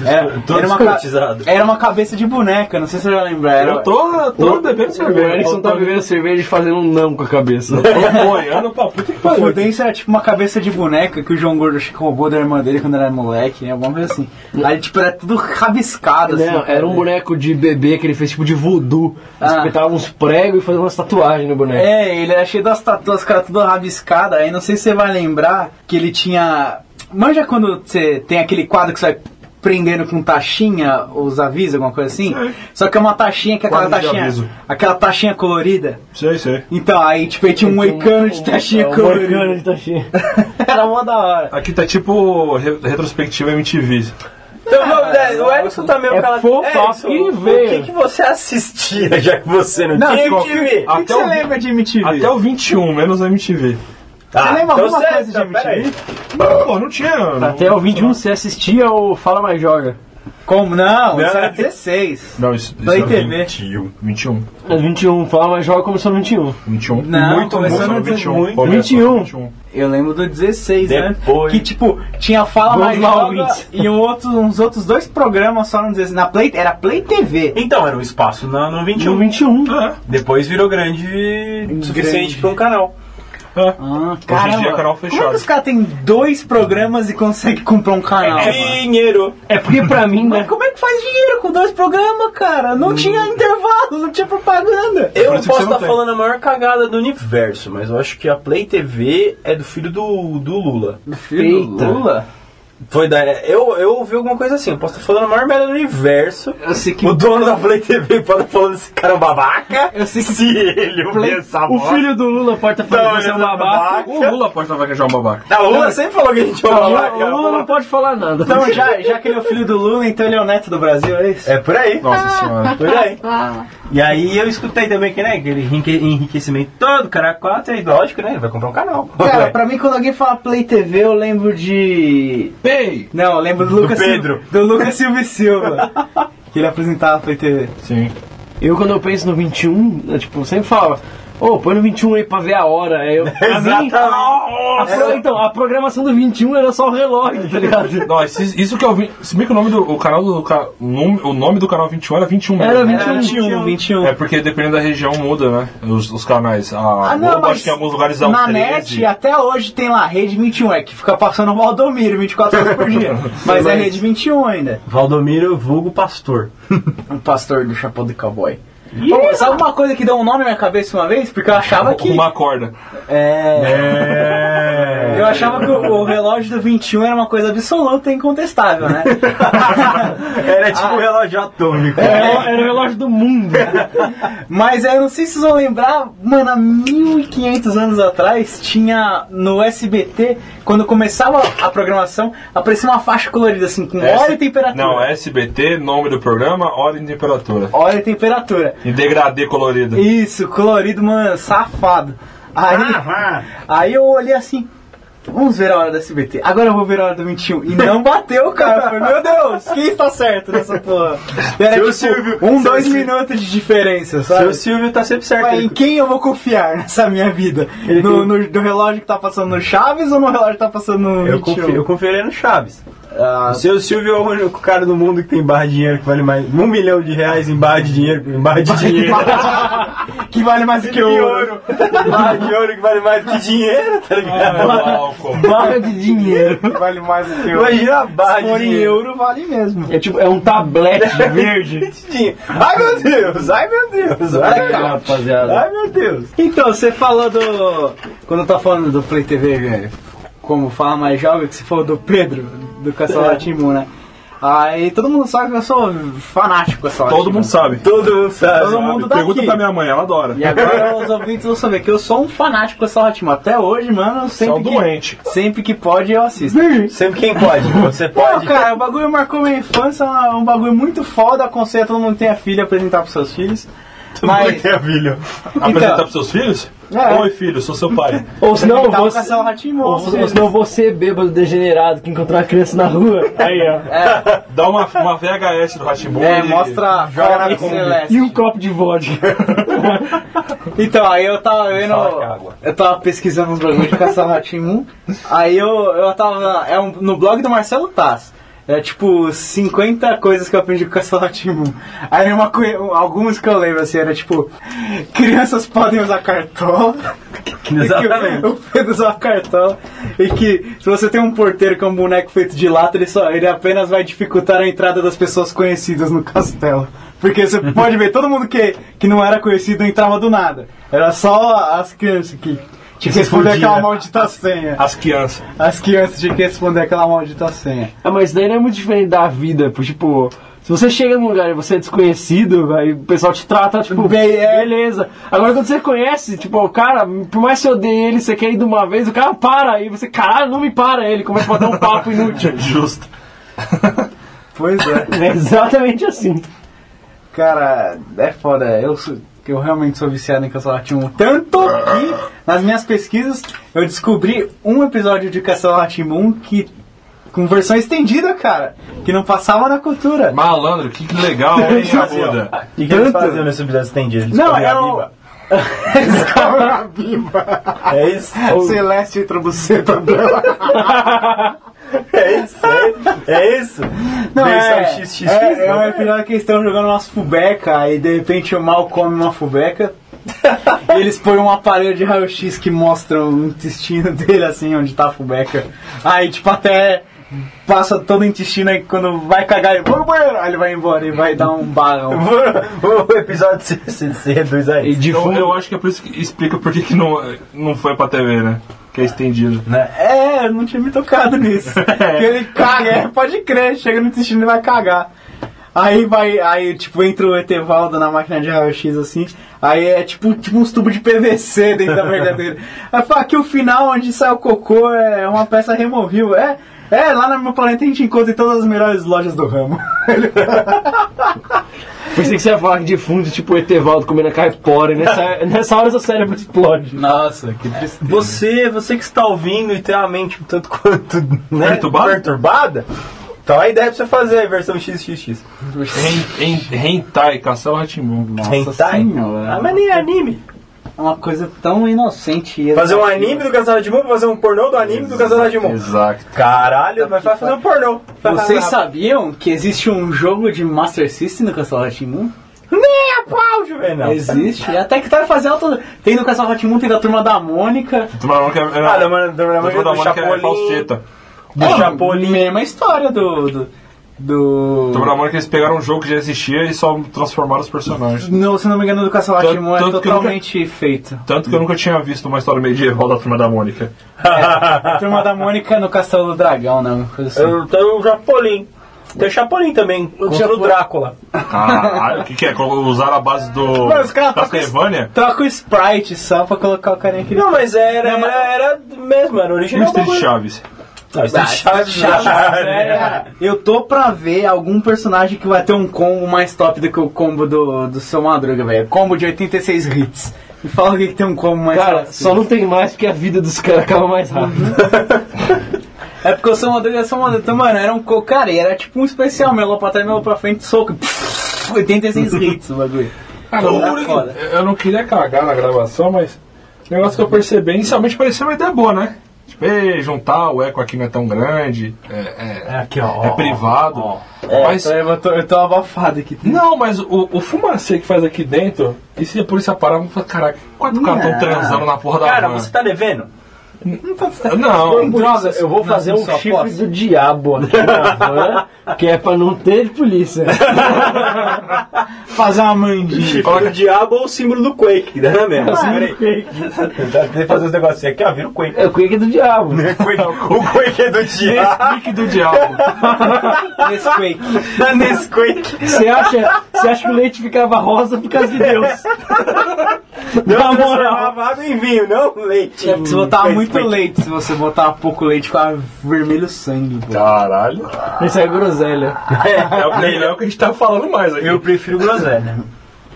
D: Era,
A: Todo
D: era, uma, ca-
A: escrotizado.
D: era uma cabeça de boneca, não sei se você vai lembrar. Era,
C: um
B: Eu tô, tô bebendo
C: O
B: cerveja.
C: Erickson tá bebendo cerveja e fazendo um não com a cabeça.
B: Tô boiando pra puta que
D: O
B: pariu.
D: Fudense era tipo uma cabeça de boneca que o João Gordo acho que roubou da irmã dele quando era moleque, né? Alguma coisa assim. Aí, tipo, era tudo rabiscado, assim.
C: Não, era um boneco de bebê que ele fez tipo de voodoo.
D: Ah.
C: Espetava uns pregos e fazia umas tatuagens no boneco.
D: É, ele era cheio das tatuas, cara, tudo rabiscada. Aí não sei se você vai lembrar que ele tinha. Manja quando você tem aquele quadro que você vai prendendo com taxinha, os avisos, alguma coisa assim. Só que é uma taxinha que é aquela
B: Quadro de
D: taxinha.
B: aviso.
D: Aquela taxinha colorida.
B: Sei, sei.
D: Então, aí tipo, ele tinha um moicano de taxinha
C: É, um moicano de
D: colorida.
C: taxinha.
D: era mó da hora.
B: Aqui tá tipo re- retrospectiva MTV.
A: Então, vamos, é, o Erickson tá meio
C: É
A: calado.
C: fofo,
A: Erickson,
C: aqui
A: o
C: veio.
A: que, que você assistia, já que você não,
D: Não,
A: tinha Ah,
D: tipo,
A: MTV?
D: O que, que
B: Até
D: você
B: o-
D: lembra de MTV?
B: Até o 21, menos a MTV.
A: Tá,
D: lembra
A: então
D: alguma
A: você-
D: coisa de
A: tá,
D: MTV?
A: peraí.
B: Pô, não tinha. não-
C: Até o 21 você assistia ou Fala Mais Joga?
D: Como? Não,
A: Não.
D: isso era 16.
B: Não, isso, isso
D: Da
B: era
D: ITV.
B: 21. 21.
C: Mas 21, Fala Mais Joga começou no 21.
B: 21.
D: Não,
B: muito, muito,
D: começou no
B: 21.
D: 21.
B: Pô, um. olha só,
C: 21.
D: Eu lembro do 16,
A: Depois.
D: né? Que tipo, tinha Fala
C: Vamos
D: Mais
C: lá,
D: Joga
C: ouvintes.
D: e um outro- uns outros dois programas só no 16. Na Play, era Play TV.
A: Então, era um espaço na, no 21.
C: No 21.
B: É,
A: Depois virou grande o suficiente
D: Grande.
A: pra um canal.
B: é.
D: Ah,
B: Hoje em dia é canal
D: Como é
B: fechado.
D: que os caras têm dois programas e conseguem comprar um canal? mano?
A: Dinheiro.
C: É porque pra mim,
D: Mas
C: né?
D: como é que faz dinheiro com dois programas, cara? Não tinha intervalo, não tinha propaganda.
A: Eu
B: por
A: não
B: isso que
A: posso
B: você não
A: estar
B: tem.
A: falando a maior cagada do universo, mas eu acho que a Play TV é do filho do, do Lula.
D: Filho, Lula?
A: Foi da. Eu, eu ouvi alguma coisa assim, eu posso estar falando a maior merda do universo.
D: Eu sei que
A: O dono da Play TV pode estar falando esse cara é um babaca.
D: Eu sei que-
A: Se ele ouvir essa
C: O
A: bosta.
C: filho do Lula pode estar falando
A: Não,
C: que você é um
A: ele é um
C: babaca.
A: babaca.
B: O Lula pode estar vaquejando um babaca.
A: Ah, o Lula sempre falou que a gente é um babaca.
C: O Lula não tá- pode falar nada.
D: Então, já, já que ele é o filho do Lula, então ele é o neto do Brasil, é isso?
A: É por aí.
B: Nossa
C: Ah.
B: senhora.
A: é Por aí. E aí eu escutei também que, né, aquele enrique- enriquecimento todo, cara, é quatro, e lógico, né, ele vai comprar um canal.
D: Cara, pra mim, quando alguém fala Play TV, eu lembro de.
B: Ei!
D: Não, eu lembro do Lucas Sil-
A: Pedro.
D: do Lucas Silva e Silva. que ele apresentava a Play TV.
B: Sim.
C: Eu, quando eu penso no 21, eu, tipo, sempre falo, ô, põe no 21 aí pra ver a hora. Aí eu, pra mim, a pro- então, a programação do 21 era só o relógio, tá ligado?
B: Não, isso, isso que eu vi. Se bem que o nome do o canal do. ca- nome- O nome do canal 21 era 21 mesmo.
C: Era
D: Era
C: 21.
D: 21.
B: É porque dependendo da região muda, né? Os, os canais. A
D: Ah, não,
B: Globo
D: mas
B: acho que em alguns lugares é o
D: na
B: 13.
D: net até hoje tem lá Rede 21, é que fica passando o Valdomiro 24 horas por dia. Mas é Rede 21 ainda.
A: Valdomiro Vulgo Pastor.
D: O pastor do chapéu de cowboy. Ô, sabe uma coisa que deu um nome na minha cabeça uma vez? Porque eu achava que.
B: Uma corda.
D: É.
A: É.
D: Eu achava que o, o relógio do 21 era uma coisa absoluta e incontestável, né?
A: Era tipo um relógio atômico. É,
C: Era, era o relógio do mundo.
D: Mas eu não sei se vocês vão lembrar, mano, há 1500 anos atrás tinha no SBT, quando começava a programação, aparecia uma faixa colorida assim, com hora e temperatura.
B: Não, é- SBT, nome do programa, hora e temperatura.
D: Hora e temperatura.
B: Em degradê colorido. É
D: Isso, colorido, mano, safado. Aí, aí eu olhei assim. Vamos ver a hora da SBT. Agora eu vou ver a hora do 21. E não bateu, cara. Eu falei, Meu Deus, quem está certo nessa porra? Era
A: Seu
D: tipo,
A: Silvio,
D: um,
A: seu
D: dois
A: Silvio.
D: minutos de diferença,
A: Seu
D: sabe?
A: Silvio tá sempre certo.
D: Mas em
A: Ele,
D: quem eu vou confiar nessa minha vida? No, no- no relógio que tá passando no Chaves ou no relógio que tá passando no
A: eu,
D: 21?
A: confio, eu conferei no Chaves.
D: Ah,
A: O Seu Silvio é o único cara do mundo que tem barra de dinheiro que vale mais. Um milhão de reais em barra de dinheiro. Em barra de dinheiro.
D: Que vale mais que
A: que
D: ouro.
A: ouro. barra de ouro que vale mais que dinheiro, tá ligado?
B: álcool.
C: Barra de dinheiro.
D: Vale mais do É, que ouro.
A: Imagina a barra
D: Se
A: de
D: for em
A: dinheiro.
D: euro, vale mesmo.
C: É tipo, é um tablete verde.
A: Dinheiro. Ai meu Deus, ai meu Deus, ai,
D: É
C: Olha, Tá rapaziada.
A: ai meu Deus.
D: Então, você falou do. Quando tá falando do Play TV, velho, como fala mais jovem, que você falou do Pedro, do Castelo Timbu, né? Aí todo mundo sabe que eu sou fanático com essa
B: Todo mundo sabe.
A: Todo mundo sabe.
D: Todo mundo daqui.
B: Pergunta pra minha mãe, ela adora.
D: E agora os ouvintes vão saber que eu sou um fanático com essa Hotmail. Até hoje, mano, eu
B: Só
D: sempre. que-
B: é um doente.
D: Sempre que pode, eu assisto.
A: Sempre quem pode, você
D: Pô,
A: pode.
D: cara, o bagulho marcou minha infância, é um bagulho muito foda, aconselho a todo mundo que tenha filho a apresentar pros seus filhos.
B: é
D: Mas,
A: Maravilha.
B: Apresentar pros seus filhos?
D: Então- É.
B: Oi, filho, sou seu pai.
A: Tá
C: Ou senão
D: Tava
C: você.
D: caçando ratinho
C: Ou
D: morto,
C: se- ou senão você, bêbado degenerado, que encontrou uma criança na rua.
A: É
C: Aí, ó.
B: Dá uma, uma VHS do Ratimbun.
D: é, mostra
A: Joga na
D: fora que
A: Kombi.
D: celeste.
C: E um copo de vodka.
D: Então, aí eu tava vendo.
A: Fala que é água.
D: Eu tava pesquisando uns bagulhos de caçar ratinho. Aí eu, eu tava. É um- no blog do Marcelo Taz. É tipo 50 coisas que eu aprendi com caçar ratinho. Aí uma, coi- algumas que eu lembro assim, era tipo. Crianças podem usar cartola.
A: Exatamente.
D: Que o- o Pedro usava cartola. E que se você tem um porteiro que é um boneco feito de lata, ele, só, ele apenas vai dificultar a entrada das pessoas conhecidas no castelo. Porque você pode ver, todo mundo que, que não era conhecido entrava do nada. Era só as crianças que tinha que responder
A: Explodia.
D: aquela maldita senha.
B: As crianças.
D: As crianças tinham que responder aquela maldita senha.
C: Ah, mas daí não é muito diferente da vida, pô, tipo. Se você chega num lugar e você é desconhecido, aí o pessoal te trata, tipo,
D: Bem, é.
C: beleza. Agora quando você conhece, tipo, o cara, por mais que você odeie ele, você quer ir de uma vez, o cara para aí, você, caralho, não me para ele, começa a dar um papo inútil.
B: Justo.
D: Pois é.
C: É exatamente assim.
D: Cara, é foda. Eu, sou- eu realmente sou viciado em Castelo Rá-Tim-Bum. um Tanto que, nas minhas pesquisas, eu descobri um episódio de Castelo Rá-Tim-Bum um que. com versão estendida, cara. Que não passava na cultura.
B: Malandro, que legal, hein,
A: Eles faziam.
B: Arruda?
A: E assim, o que eles
D: Tanto?
A: faziam nesse episódio estendido? Eles
D: Não,
A: comiam
D: era
A: a
D: o-
A: biba.
D: Viva!
A: É isso?
D: Celeste entra buceta dela.
A: É isso? É isso?
D: Não,
A: Versão
D: é,
A: XXX,
D: é, é
A: né?
D: um episódio que eles estão jogando umas fubeca e de repente o mal come uma fubeca. e eles põem um aparelho de raio-x que mostra o intestino dele, assim, onde tá a fubeca. Aí, tipo, até passa todo o intestino aí quando vai cagar, ele, "Vou no banheiro", aí ele vai embora e vai dar um barão.
A: O episódio se, se- se reduz a isso.
B: Então, eu acho que é por isso que explica por que, que não, não foi pra TV, né? Que é estendido.
D: É, eu não tinha me tocado nisso. Porque ele caga, é, pode crer, chega no intestino e vai cagar. Aí vai, aí tipo, entra o Etevaldo na máquina de raio-x assim, aí é tipo, tipo uns tubos de PVC dentro da merda dele. Aí fala que o final onde sai o cocô é uma peça removível. É, é, lá no meu planeta a gente encontra em todas as melhores lojas do ramo.
C: Pensei que você ia falar que difunde, tipo, o Etevaldo comendo a caipora, e nessa, nessa hora seu cérebro explode.
D: Nossa, que tristeza.
A: Você, você que está ouvindo e tem a mente um tanto quanto né,
B: Perturbada?
A: perturbada, então a ideia é pra você fazer a versão XXX.
B: Hen-
D: É
B: hen- Hentai, Castelo Ratimbun.
A: Hentai?
D: senhora.
A: Ah, mas nem anime.
D: É uma coisa tão inocente. e
A: Fazer um
D: exativa.
A: anime do Casal de Mundo, fazer um pornô do anime do Casal de Mundo.
B: Exato.
A: Caralho, mas vai fazer um pornô.
D: Vocês sabiam que existe um jogo de Master System no Castelo Rá-Tim-Bum?
A: Nem a pau, Juvenal.
D: Existe. Até que tá fazendo alto. Tem no Castelo Ratimundo, tem da turma da Mônica.
B: é,
A: Ah, da Mano da
B: Mas
A: Mano
B: vou dar
A: do
B: uma que é
A: Chapolin.
B: falseta.
A: Do Chapolin.
D: mesma história do. do... do.
B: Turma da Mônica, eles pegaram um jogo que já existia e só transformaram os personagens.
D: Não, se não me engano, do Castelo
B: Tanto-
D: Rá-Tim-Bum é
B: tanto que eu nunca-
D: totalmente feito.
B: Tanto que eu nunca tinha visto uma história medieval da Turma da Mônica.
D: A turma da Mônica é no Castelo do Dragão, né? Uma coisa assim.
A: Eu- Tem o Chapolin. Tem o Chapolin também, contra o
D: Chapolin.
A: Drácula.
B: Caralho, o que, que é? Usaram a base do.
D: Mas os caras
B: tá
D: tocam-
B: Castlevania?
D: Troca o Sprite só pra colocar o carinha aqui.
A: Não, mas era, era, era mesmo, era
B: E o
A: original.
B: Street
A: bagulho.
B: Chaves?
A: Não, Street Chaves,
D: Chaves,
A: não.
D: né, cara? Eu tô pra ver algum personagem que vai ter um combo mais top do que o combo do, do seu Madruga, velho. Combo de 86 hits. Me fala o que, que tem um combo mais
C: Cara,
D: top.
C: só não tem mais porque a vida dos caras acaba mais
D: Uhum.
C: rápido.
D: É porque o seu Madruga é seu Madruga. Então, mano, era um co- cara, era tipo um especial, melou pra trás, melou pra frente, soco. 86 hits o bagulho.
B: Cara,
D: Tá
B: eu-
D: foda.
B: é eu não queria cagar na gravação, mas o negócio que eu percebi, inicialmente parecia uma ideia boa, né? Tipo, ei, juntar, o eco aqui não é tão grande, é, é-
A: Aqui, ó.
B: é privado. mas,
D: Então, Eu, tô, eu tô abafado aqui.
B: Não, mas o, o fumacê que faz aqui dentro, e se a polícia parar, eu falo, caraca, quatro caras
D: Não.
B: estão transando na porra da
A: Cara,
B: van?"
A: você tá devendo?
C: Tá. um
B: Não,
D: Drogas.
C: Eu vou fazer um
D: só
C: chifre
D: posso.
C: do diabo aqui na van, que é pra não ter polícia.
D: Fazer uma mandinha.
A: Chifre do diabo ou o símbolo do Quake, né, mesmo? Peraí.
F: Deve fazer os negocinhos aqui, ó, vira o Quake.
C: É o Quake do diabo.
F: Quake- o Quake é do diabo.
B: Nesquik do diabo.
D: Nesquake.
A: é
F: Nesse Quake.
C: Você acha, você acha que o leite ficava rosa por causa de Deus? Na moral.
A: Transformava água em vinho, não leite.
D: É porque se botar
A: Fez
D: muito
A: Quake.
D: leite, se você botar pouco leite, fica vermelho sangue, pô.
B: Caralho.
C: Isso é groselha.
B: É o melhor que a gente tá falando mais aqui.
A: Eu prefiro groselha.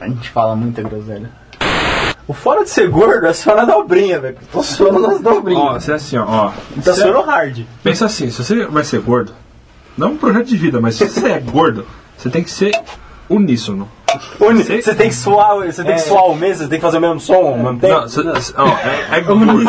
D: A gente fala muita groselha.
A: O fora de ser gordo é só na dobrinha, velho. Tô suando nas dobrinhas.
B: Ó, você é assim, ó, ó.
A: tá
B: Você-
A: suando hard.
B: Pensa assim, se você vai ser gordo, não um projeto de vida, mas se você é gordo, você tem que ser uníssono. Sei.
A: Você tem que suar, você tem que suar o mesmo, você tem que fazer o mesmo som ao mesmo tempo.
B: Não, você, ó, é, é gordo.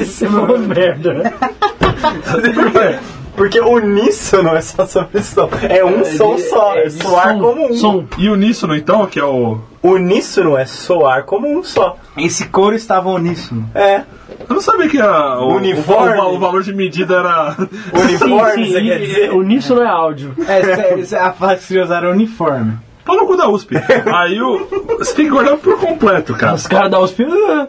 C: Isso é uma merda.
B: É.
A: Porque uníssono é só sobre som. É um som só, é soar como um.
B: Som. E uníssono, então, que é o.
A: Uníssono é soar como um só.
D: Esse couro estava uníssono.
A: É.
B: Eu não sabia que a, o,
A: Uniforme.
B: O, o valor de medida era.
A: Uniforme, você quer
C: Sim,
A: dizer?
C: uníssono é áudio.
D: É, isso- isso é a parte que eles usaram uniforme.
B: Pau no cu da USP. Aí o. Você tem que guardar por completo, cara.
C: Os caras da USP. ah,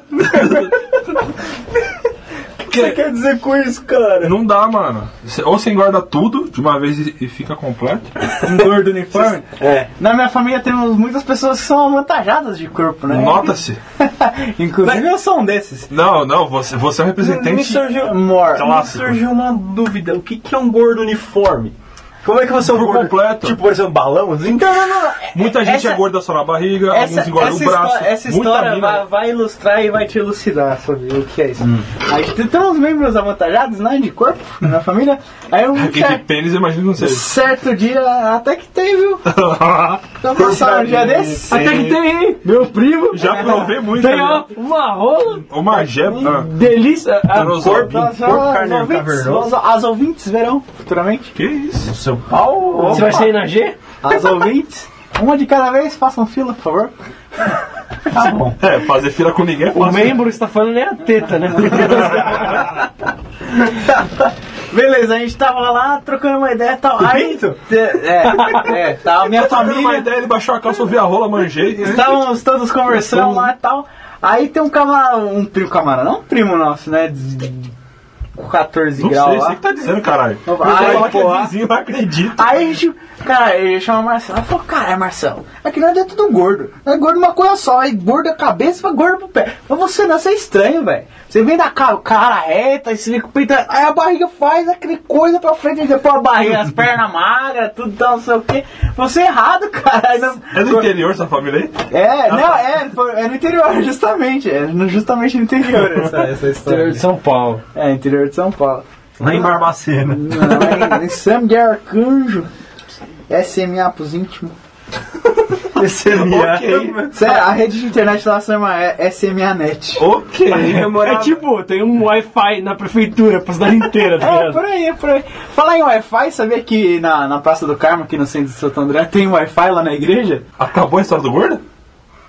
A: O que você quer dizer com isso, cara?
B: Não dá, mano. Você- Ou você engorda tudo de uma vez e, e fica completo.
D: Um gordo uniforme.
A: É.
D: Na minha família temos muitas pessoas que são avantajadas de corpo, né?
B: Nota-se.
D: Inclusive eu sou um desses.
B: Não, não, você, você é um
A: Me
B: representante.
A: surgiu,
D: More.
A: me surgiu uma dúvida. O que, que é um gordo uniforme? Como é que você é um
B: Por
A: gordo?
B: completo.
A: Tipo, por exemplo, balão? Assim?
D: Então, não, não, não. É-
B: Muita gente
D: essa-
B: é gorda só na barriga,
D: Essa,
B: alguns engordam
D: essa
B: o braço.
D: histó- essa
B: muita
D: história
B: mina.
D: vai, vai ilustrar e vai te elucidar sobre o que é isso.
A: Hum.
D: Aí tem tem uns membros avantajados, né? De corpo, na minha família. Aí um
B: Quem tem
D: certo,
B: pênis, imagina não sei.
D: certo dia até que tem, viu? Então passar um dia desse.
C: Até que tem, hein? Meu primo.
B: Já provei muito.
C: Tem,
B: né?
C: ó, uma rola.
B: Uma jeba.
C: Delícia. Ah,
B: Transou.
D: Nós,
A: Corpo
D: ó, as,
A: carne
D: ouvintes,
A: cavernoso.
D: as- as ouvintes verão futuramente.
B: Que isso?
A: Seu
D: Pau,
C: Você vai sair na G?
D: As ouvintes, uma de cada vez, façam fila, por favor. Tá bom.
B: É, fazer fila com ninguém é
C: O
B: fácil.
C: membro está falando é a teta, né?
D: Beleza, a gente tava lá trocando uma ideia e tal. Aí, te- é, é, tá, minha
B: Família... uma
D: família,
B: ideia, ele baixou a calça, eu vi a rola, manjei.
D: estávamos todos conversando lá e tal. Aí tem um camarada, um primo camarada, não um primo nosso, né? De, de 14
B: Não
D: graus
B: sei,
D: lá.
B: você que tá dizendo, caralho.
D: Ai,
B: Ai, que
D: porra.
B: é vizinho, não acredito.
D: Aí a gente, cara, ele chama o Marcelo. Ela falou, cara, é Marcelo, aqui nós é tudo gordo. Nós é gordo uma coisa só, aí gordo a cabeça vai gordo pro pé. Mas você não, você é estranho, velho. Você vem da cara, cara reta, aí você vem com o peito. Aí a barriga faz aquele coisa pra frente, aí depois a barriga, as pernas magras, tudo tal, não sei o quê. Você é errado, cara. Aí não-
B: É do interior sua família aí?
D: É, não, é, foi- é no interior, justamente. É no- justamente no interior essa, essa
C: Interior
D: história.
C: de São Paulo.
D: É, interior de São Paulo.
A: Lá em Barbacena.
D: Não, é em Sam de Arcanjo. SMA pros íntimos.
A: SMA.
D: Sério, a rede de internet lá se chama é, SMA Net.
B: Ok.
C: É tipo, tem um Wi-Fi na prefeitura pra cidade inteira, tá
D: É,
C: ligado?
D: por aí, é por aí. Falar em Wi-Fi, sabia que na, na Praça do Carmo, aqui no centro de Santo André, tem Wi-Fi lá na igreja?
B: Acabou a história do gordo?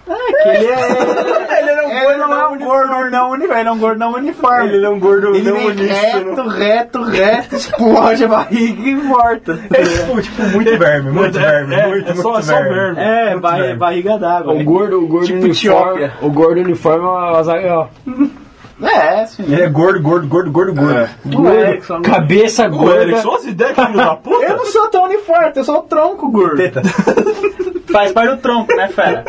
D: É, que ele é... ele não, é um gordo não uniforme. Ele é um gordo não uniforme.
A: Ele é um gordo
D: Ele
A: não
D: vem
A: uníssono.
D: reto, reto, reto, explode a barriga e morta.
A: é,
F: Tipo, tipo, muito verme, muito verme, muito,
B: é só-
F: muito
B: é só verme.
D: É, barri-
F: velho.
D: barriga d'água.
C: O É um gordo, o gordo
D: Tipo
C: uniforme.
D: Etiópia.
C: O gordo uniforme é uma zaga.
D: É, é, sim. é
F: Ele é gordo, gordo, gordo, gordo, gordo.
D: O Erickson.
C: Cabeça
B: O Eric,
C: gorda.
B: só as ideias, filho da puta.
D: é- Eu não sou tão uniforme, eu sou o tronco gordo. Faz parte do tronco, né, fera?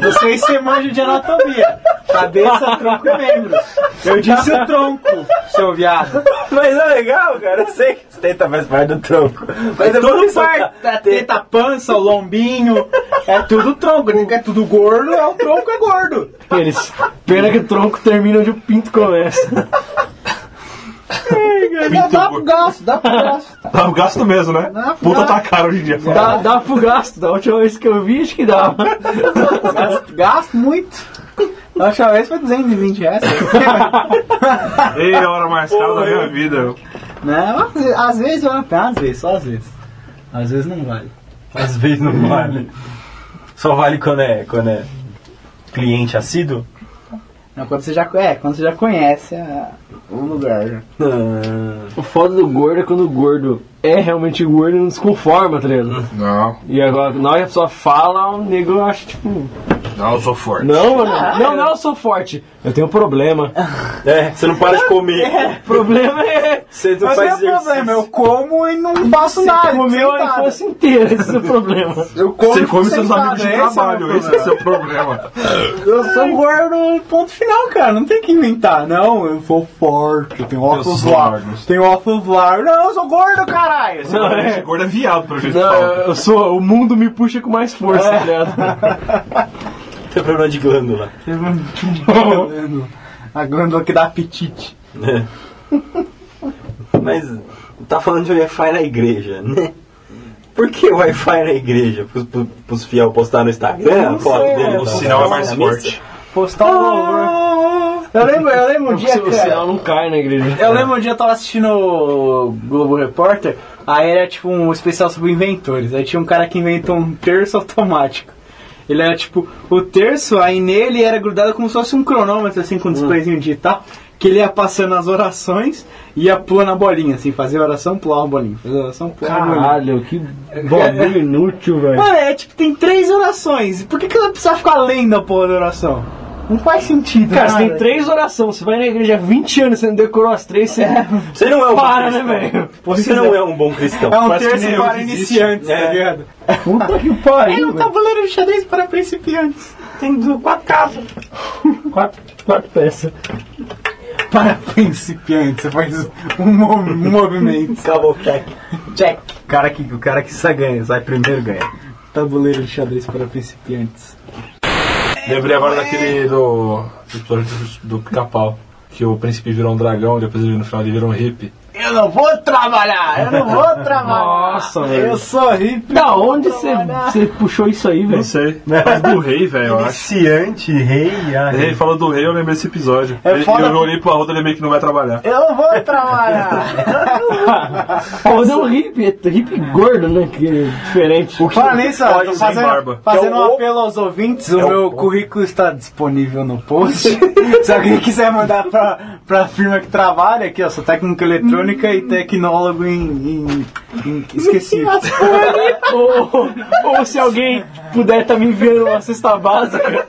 D: Não sei se você manja de anatomia. Cabeça, tronco e membros. Eu disse o tronco, seu viado.
A: Mas é legal, cara. Eu sei que a teta faz parte do tronco. Mas é bom
D: Tudo
A: que só tá-
D: parte, a teta, a pança, o lombinho, é tudo tronco. É tudo gordo, é o tronco é gordo.
C: Eles, pena que o tronco termina onde o pinto começa.
D: Dá, dá pro gasto, dá pro gasto.
B: Dá um gasto mesmo, né?
D: Não,
B: Puta
D: não.
B: tá caro hoje em dia. fala.
C: Dá, dá pro gasto, da última vez que eu vi, acho que dava.
D: Gasto, gasto muito. A última vez foi 220 reais.
B: Ei, a hora mais cara da minha vida.
D: Não, às- Né? às vezes vale a pena, às vezes, só às vezes. Às vezes não vale.
A: Às vezes não vale. Só vale quando é, quando é cliente assíduo.
D: Não, quando você já, é, quando você já conhece a- o lugar. né? já.
C: O foda do gordo é quando o gordo é realmente gordo e não se conforma, tá ligado?
B: Não,
C: E agora, na hora que a pessoa fala, o nego acha tipo.
B: não, eu sou forte.
C: Não,
D: Ah,
C: mano,
D: é.
C: não, não, eu sou forte. Eu tenho um problema.
A: É, você não para de comer.
C: O problema é.
A: Você não faz
D: Mas não é
A: exercício.
D: problema, eu como e não faço nada.
C: comeu a
D: sentado.
C: infância inteira, esse é o problema.
D: Eu como
B: Você
D: e
B: come
D: fico
B: seus
D: sentado,
B: amigos de
D: esse é o meu
B: trabalho, esse é o
D: problema.
B: seu problema.
D: Eu
A: um
D: sou um gordo, ponto final, cara. Não tem que inventar, não. Eu sou forte, eu tenho óculos
B: sou
D: lá.
B: gordo.
D: Tenho óculos lá. Não, eu sou gordo, caralho.
C: Não,
B: Esse
C: é.
B: gordo é viado, pelo jeito que
C: Não,
B: fala.
C: eu eu sou. O mundo me puxa com mais força, tá ligado?
A: Tem problema de glândula.
D: A glândula que dá apetite.
A: Mas tá falando de Wi-Fi na igreja, né? Por que Wi-Fi na igreja? Pros, pro- pros fiel postar no Instagram a foto dele.
B: O
A: tá?
B: sinal é mais
A: Na missa?
B: forte.
D: Postar um louvor. Eu lembro, eu lembro um dia,
C: O
D: cara.
C: sinal não cai na igreja.
D: Eu lembro um dia eu tava assistindo o Globo Repórter, aí era tipo um especial sobre inventores. Aí tinha um cara que inventou um terço automático. Ele era tipo, o terço, aí nele era grudado como se fosse um cronômetro, assim, com um displayzinho digital, que ele ia passando as orações e ia pulando a bolinha, assim, fazia oração, pulava a bolinha, fazia oração, pulava a bolinha.
C: Caralho, que bagulho inútil, velho.
D: Mano, é tipo, tem três orações. Por que, que ela precisa ficar lendo a porra da oração? Não faz sentido, né,
C: Cara, você tem
D: nada.
C: três orações, você vai na igreja há 20 anos, você não decorou as três, você
A: Você não é um bom
C: para, né,
A: cristão.
C: velho?
A: Você não é um bom cristão.
D: É um
B: Parece que
D: terço
B: nem eu
D: para
B: que existe.
D: iniciantes,
A: É.
D: tá ligado?
C: Puta que
D: É
C: pariu,
D: um tabuleiro de xadrez para principiantes. Tem du- quatro casas.
C: Quatro, quatro peças.
D: Para principiantes, você faz um mo- um movimento.
A: Acabou o check.
D: Check. O cara que, o cara que sai ganha, sai primeiro ganha. Tabuleiro de xadrez para principiantes.
B: Lembrei agora daquele do. do episódio do, do pica-pau. Que o príncipe virou um dragão e depois ele no final ele virou um hippie.
D: Eu não vou trabalhar, eu não vou trabalhar.
C: Nossa,
A: É.
C: velho.
D: Eu sou hippie.
C: Da onde você
D: né?
C: você puxou isso aí, velho?
B: Não sei. Mas do rei, velho, eu acho.
F: Iniciante, rei, ah,
B: Ele falou do rei, eu lembrei desse episódio.
D: É
B: Ele-
D: foda-
B: Eu olhei pra outra e lembrei que não vai trabalhar.
D: Eu vou trabalhar.
C: Pô, é um hippie, é hippie gordo, né? Que é diferente.
D: Fala nisso, ó, tô
B: sem
D: fazendo,
B: barba. É
D: fazendo
A: É
D: um
A: o-
D: apelo aos ouvintes. O meu currículo está disponível no post. Se alguém quiser mandar pra, pra firma que trabalha aqui, ó, sou técnico em eletrônica e tecnólogo em. em, em esqueci.
C: ou, ou se alguém puder tá me enviando uma cesta básica.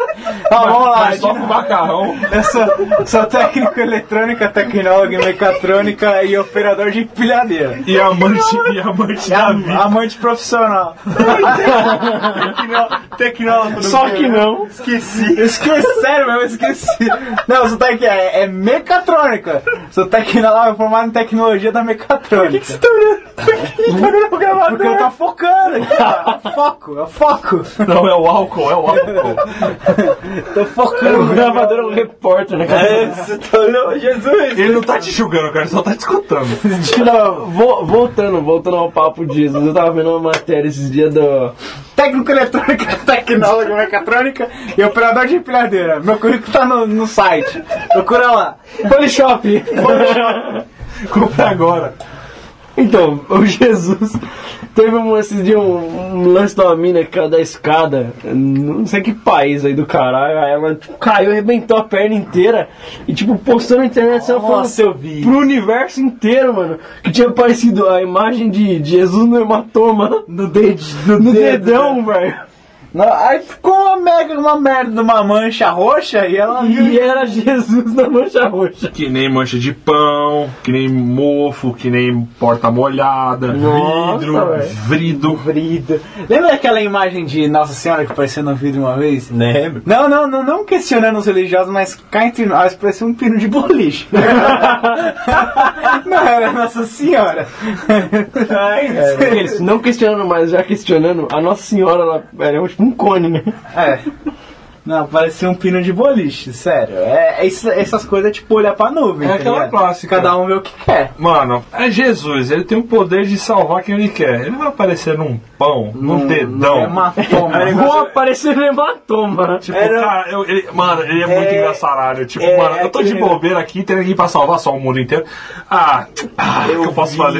D: Tá, vamos lá.
B: Mas só com macarrão.
D: Eu sou, sou técnico em eletrônica, tecnólogo em mecatrônica e operador de empilhadeira.
B: E amante, e amante
D: É
B: da vida.
D: am- amante profissional.
F: Tecno- Tecnólogo.
C: Só que não.
F: Esqueci.
D: Esqueci, sério mesmo, eu esqueci. Não, sou tec... é, é mecatrônica. Sou tecnólogo formado em tecnologia da mecatrônica. Por que, você tá olhando? Tá Porque eu tô focando aqui, ó. Eu Foco, eu foco.
B: Não, é o álcool, é o álcool.
D: Tô
C: O
D: focando.
C: gravador é um repórter, né? cara?
A: É, você tá olhando, Jesus.
B: Ele não tá te julgando, cara, ele só tá te escutando.
C: Não, vo- voltando, voltando ao papo de Jesus, eu tava vendo uma matéria esses dias do.
D: Técnico eletrônica, tecnólogo em mecatrônica e operador de empilhadeira. Meu currículo tá no, no site. Procura lá.
C: Polishop!
B: Compre agora.
C: Então, o Jesus, Teve um, esses dias um, um lance da mina ca- da escada, não sei que país aí do caralho, aí ela tipo, caiu, arrebentou a perna inteira e tipo, postou na internet ela falando
A: Nossa, eu vi.
C: pro universo inteiro, mano, que tinha aparecido a imagem de de Jesus no hematoma
D: No dedo.
C: no
D: dedo,
C: dedão, velho.
D: Não, aí ficou uma merda, uma merda de uma mancha roxa e ela
C: E era Jesus na mancha roxa.
B: Que nem mancha de pão, que nem mofo, que nem porta molhada,
C: Nossa,
B: vidro,
C: velho.
B: vrido.
D: Brida. Lembra daquela imagem de Nossa Senhora que apareceu no vídeo uma vez?
A: Lembro.
D: Não, não, não, não questionando os religiosos, mas cá entre nós parecia um pino de boliche. não, era Nossa Senhora. É,
C: Eles não questionando mais, já questionando, a Nossa Senhora, ela era tipo um cone, né?
D: É. Não, parecia um pino de boliche, sério. É, é isso- essas coisas é tipo olhar pra nuvem.
B: É
D: tá
B: aquela
D: ligado?
B: clássica.
D: Cada um vê o que quer.
B: Mano, é Jesus, ele tem o poder de salvar quem ele quer. Ele vai aparecer num pão, num dedão.
D: É uma toma.
C: Vou aparecer no hematoma.
B: Tipo, cara, eu- ele- mano, ele é muito engraçaralho. Tipo, mano, eu tô de bobeira aqui, tem ninguém pra salvar só o mundo inteiro. Ah, ah, o que eu posso
A: vi,
B: fazer?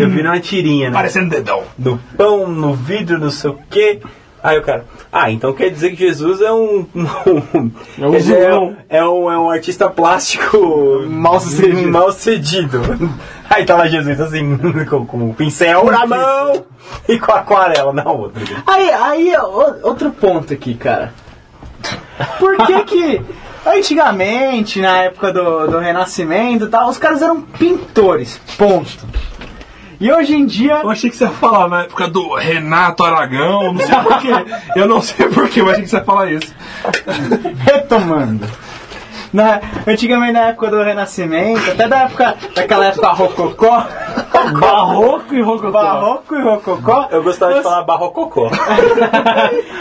A: Eu vi numa tirinha, né?
B: Parecendo dedão.
A: no pão, no vidro, não sei o quê. Aí o cara, ah, então quer dizer que Jesus é um.
C: É um
A: quer dizer, é,
C: zoão.
A: é um, é um artista plástico
D: Mal sucedido.
A: mal sucedido. Aí tava Jesus assim, com, com o pincel na mão e com a aquarela na outra.
D: Aí, aí, ó, outro ponto aqui, cara. Por que que antigamente, na época do, do Renascimento e tal, os caras eram pintores, ponto. E hoje em dia...
B: Eu achei que você ia falar na época do Renato Aragão, não sei porquê. Eu não sei porquê, mas achei que você ia falar isso.
D: retomando. Na, antigamente na época do Renascimento, até da época daquela época rococó,
C: Barroco e rococó.
D: barroco e rococó,
A: Eu gostava de
D: os-
A: falar barrococó.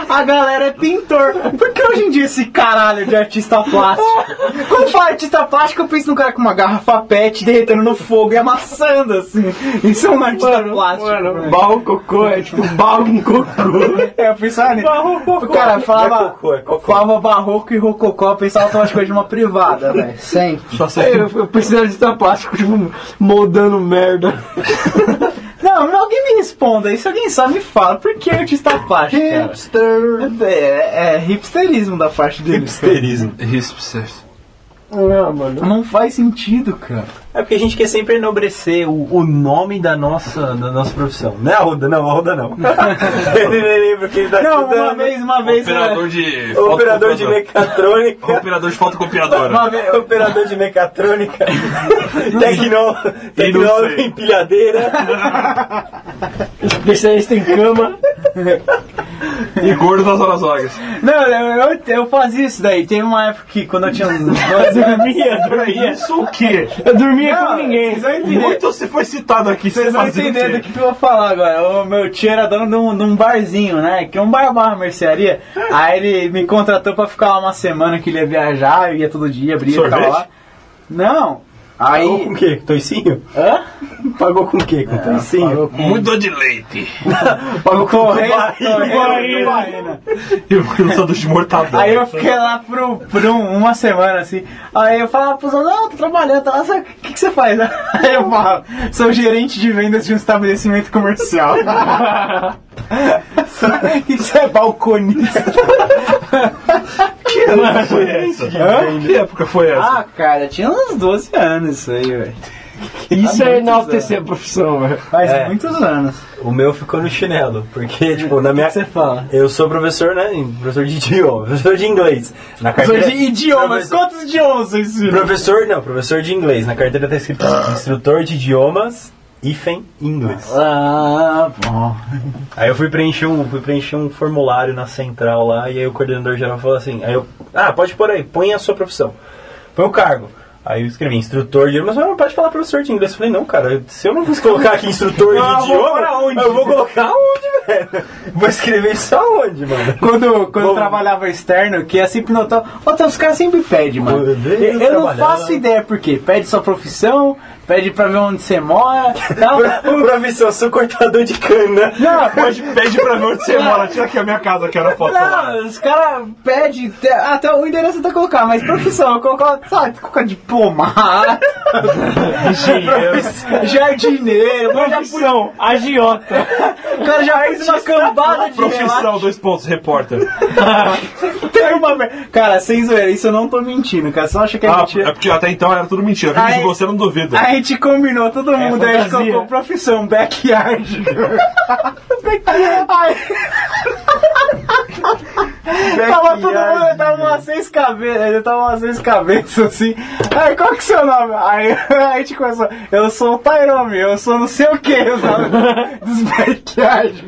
D: a galera é pintor. Por que hoje em dia esse caralho de artista plástico? Quando fala artista plástico, eu penso num cara com uma garrafa pet derretendo no fogo e amassando assim. Isso é um artista plástico.
C: Mano,
D: né?
C: barro cocô é tipo barro com cocô.
D: É, eu pensava nisso. O cara
A: Não é
D: falava,
A: cocô, é cocô.
D: falava barroco e rococó, eu pensava automaticamente de uma privada, velho. Sempre.
B: Só sei que
C: É, Eu, eu precisava de estar plástico, tipo, moldando merda.
D: Não, alguém me responda aí. Se alguém sabe, me fala. Por que artista plástico, cara? Hipster. É, é hipsterismo da parte deles.
A: Hipsterismo.
B: Hipsters.
C: Não, Ah, mano.
D: Não faz sentido, cara.
A: É porque a gente quer sempre enobrecer o, o nome da nossa, da nossa profissão. Não é a Ruda, não, a Ruda não. Ele nem lembra que ele tá
D: Não, uma
A: estudando.
D: vez, uma vez. é,
B: Operador de.
A: Operador de
B: fotocopiadora.
A: mecatrônica.
B: Operador de fotocopiadora.
A: Uma vez, operador de mecatrônica, tecnó,
B: não
A: tecnólogo
B: sei.
A: em pilhadeira,
C: Especialista em cama.
B: E gordo nas horas vagas.
D: é- Não, eu, eu, eu fazia isso daí. Teve uma época que quando eu tinha uns 12 anos.
C: Dormia, dormia.
B: Isso o quê?
C: Eu dormia
D: Não,
C: com ninguém.
D: Vocês vão entender.
B: Muito se foi citado aqui.
D: Vocês vão
B: fazia o
D: entender
B: quê?
D: do que que eu vou falar agora. O meu tio era dono de um, de um barzinho, né? Que é um bar barra mercearia. Aí ele me contratou pra ficar lá uma semana que ele ia viajar, eu ia todo dia, abria e ficava
B: Sorvete?
D: lá. Não.
A: Pagou com
D: Aí.
A: o quê? Com Toicinho?
D: Hã? É,
A: Pagou com o quê? Com toicinho?
B: Muito de leite.
D: Pagou correio,
A: Tubaína.
D: correio, Tubaína.
B: E o sanduíche de mortadela.
D: Aí eu fiquei lá por, por um- uma semana assim. Aí eu falava pros outros, não, tô trabalhando, tá lá, sabe, o que, que você faz? Aí eu falo, sou gerente de vendas de um estabelecimento comercial. Isso é balconista.
B: foi essa? Que época foi essa?
D: Ah, cara, tinha uns 12 anos isso aí, velho.
C: Isso é enaltecer a profissão, velho.
D: Faz
A: É.
D: muitos anos.
A: O meu ficou no chinelo, porque, tipo, na
D: O que
A: minha...
D: que você fala?
A: Eu sou professor, né? Professor de idioma, professor de inglês. Na
D: Sou
A: carteira...
D: de idiomas,
A: Não, mas-
D: quantos idiomas você ensina?
A: Professor, não, professor de inglês. Na carteira tá escrito instrutor de idiomas, hífen, inglês.
D: Ah, bom.
A: Aí eu fui preencher um, fui preencher um formulário na central lá e aí o coordenador geral falou assim, aí eu, ah, pode pôr aí, põe a sua profissão. Põe o cargo. Aí eu escrevi instrutor de mas não pode falar professor de inglês. Eu falei, não, cara, se eu não fosse colocar aqui instrutor de
D: Ah, vou
A: idioma,
D: pra onde?
A: eu vou colocar onde, velho? Vou escrever isso aonde, mano?
D: Quando, quando eu
A: Bom.
D: trabalhava externo, que é sempre notar. Ó, tem- os caras sempre pedem, mano.
A: Quando eu
D: Eu, eu não
B: né?
A: trabalhava-
D: faço ideia por quê. Pede sua profissão, pede pra ver onde você mora. Tal.
A: Profissão, sou cortador de cana.
D: Não,
B: Hoje pede pra ver onde você mora, tira aqui a minha casa, que era foto lá.
D: não, os caras pedem até, até o endereço até colocar, mas profissão, colocar, sabe, colocar diplomata, jardineiro, mas já fui-
C: Profissão, agiota.
D: o cara já fez uma cambada de
B: Profissão, dois pontos, repórter.
D: Tem uma mer- Cara, sem zoeira, isso eu não tô mentindo, cara. Só acha que a
B: Ah,
D: gente.
B: é porque até então era tudo mentira. Vindo de
D: Ai.
B: você, eu não duvido.
D: A gente combinou todo mundo, aí a gente
C: fantasia.
D: colocou profissão, backyard. Ai, tava todo mundo, tava umas seis cabeças, tava umas seis cabeças assim. Aí, qual que é o seu nome? Aí a gente começou, eu sou o Tyrone, eu sou não sei o que, eu tava dos backyard.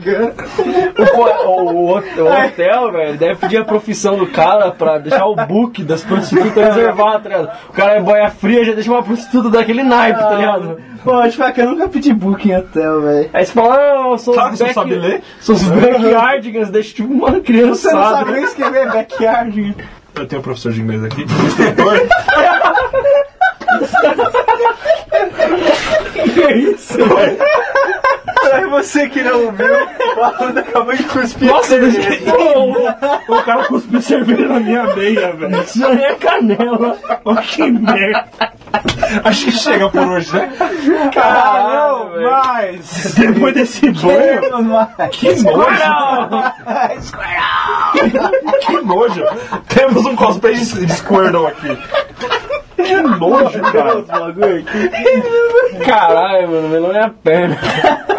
C: O, o- o- o
D: É.
C: hotel, velho, deve pedir a profissão do cara pra deixar o book das prostitutas reservado, tá ligado? O cara é boia fria, já deixa uma prostituta daquele naipe, tá ligado?
D: Pô, tipo, é que eu nunca pedi booking hotel, velho.
C: Aí você fala, ah, eu sou
B: Claro que
C: os
B: você não
C: back-
B: sabe ler.
C: Sou os backyardigans, deixa tipo uma criança.
D: Você não sabe nem escrever backyard.
B: Eu tenho um professor de inglês aqui, um instrutor.
F: Pra você que não ouviu, o Arthur acabou de cuspir.
C: Nossa, eu
B: o cara cuspiu cerveja na minha meia, velho.
C: já na minha canela.
B: Olha que merda. Acho que chega por hoje, né?
D: Caralho, mas.
B: Depois desse banho,
D: Queremos mais.
B: que nojo. Que nojo. Temos um cosplay de, de Squirtle aqui. Que nojo, cara.
C: Caralho, mano, melou minha perna.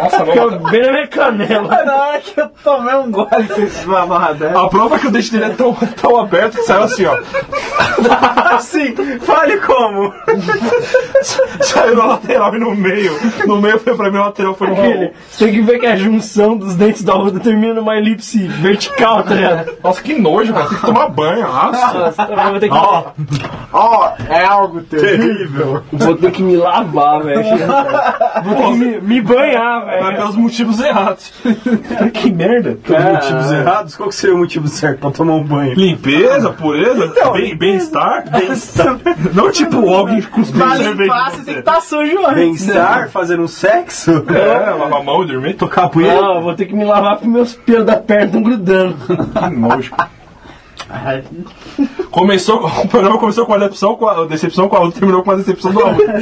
B: Nossa,
C: Ficou
B: mano.
C: bem na minha canela.
D: Na hora que eu tomei um gole, vocês falaram dessa.
B: A prova é que o dente dele é tão, tão aberto que saiu assim, ó.
F: Assim, fale como.
B: Saiu na lateral e no meio. No meio foi pra mim, a lateral foi no Raul.
C: Filho, você tem que ver que a junção dos dentes da roda termina numa elipse vertical, tá ligado?
B: Nossa, que nojo, cara. Tem que tomar banho. ah, Nossa.
C: Nossa, eu vou ter que,
D: Ó, é algo terrível.
C: vou ter que me lavar, velho. Vou ter que me, me banhar,
B: Mas
C: velho.
B: pelos motivos errados. que merda. Pelos motivos errados.
F: Errados, qual que seria o motivo certo pra tomar um banho?
B: Limpeza, pureza, bem- bem-estar. não tipo alguém cuspindo
D: Pra
B: cerveja.
D: limpar,
B: em
D: você
B: você.
D: um tem que tá estar sujo antes.
F: Bem-estar, fazer um sexo?
B: É, lavar a mão e dormir.
F: Tocar punheta?
C: Não, eu vou ter que me lavar porque meus pelos da perna estão grudando.
B: Que nojo. Começou, o programa começou com a decepção, com a decepção com a outra, terminou com a decepção do amor.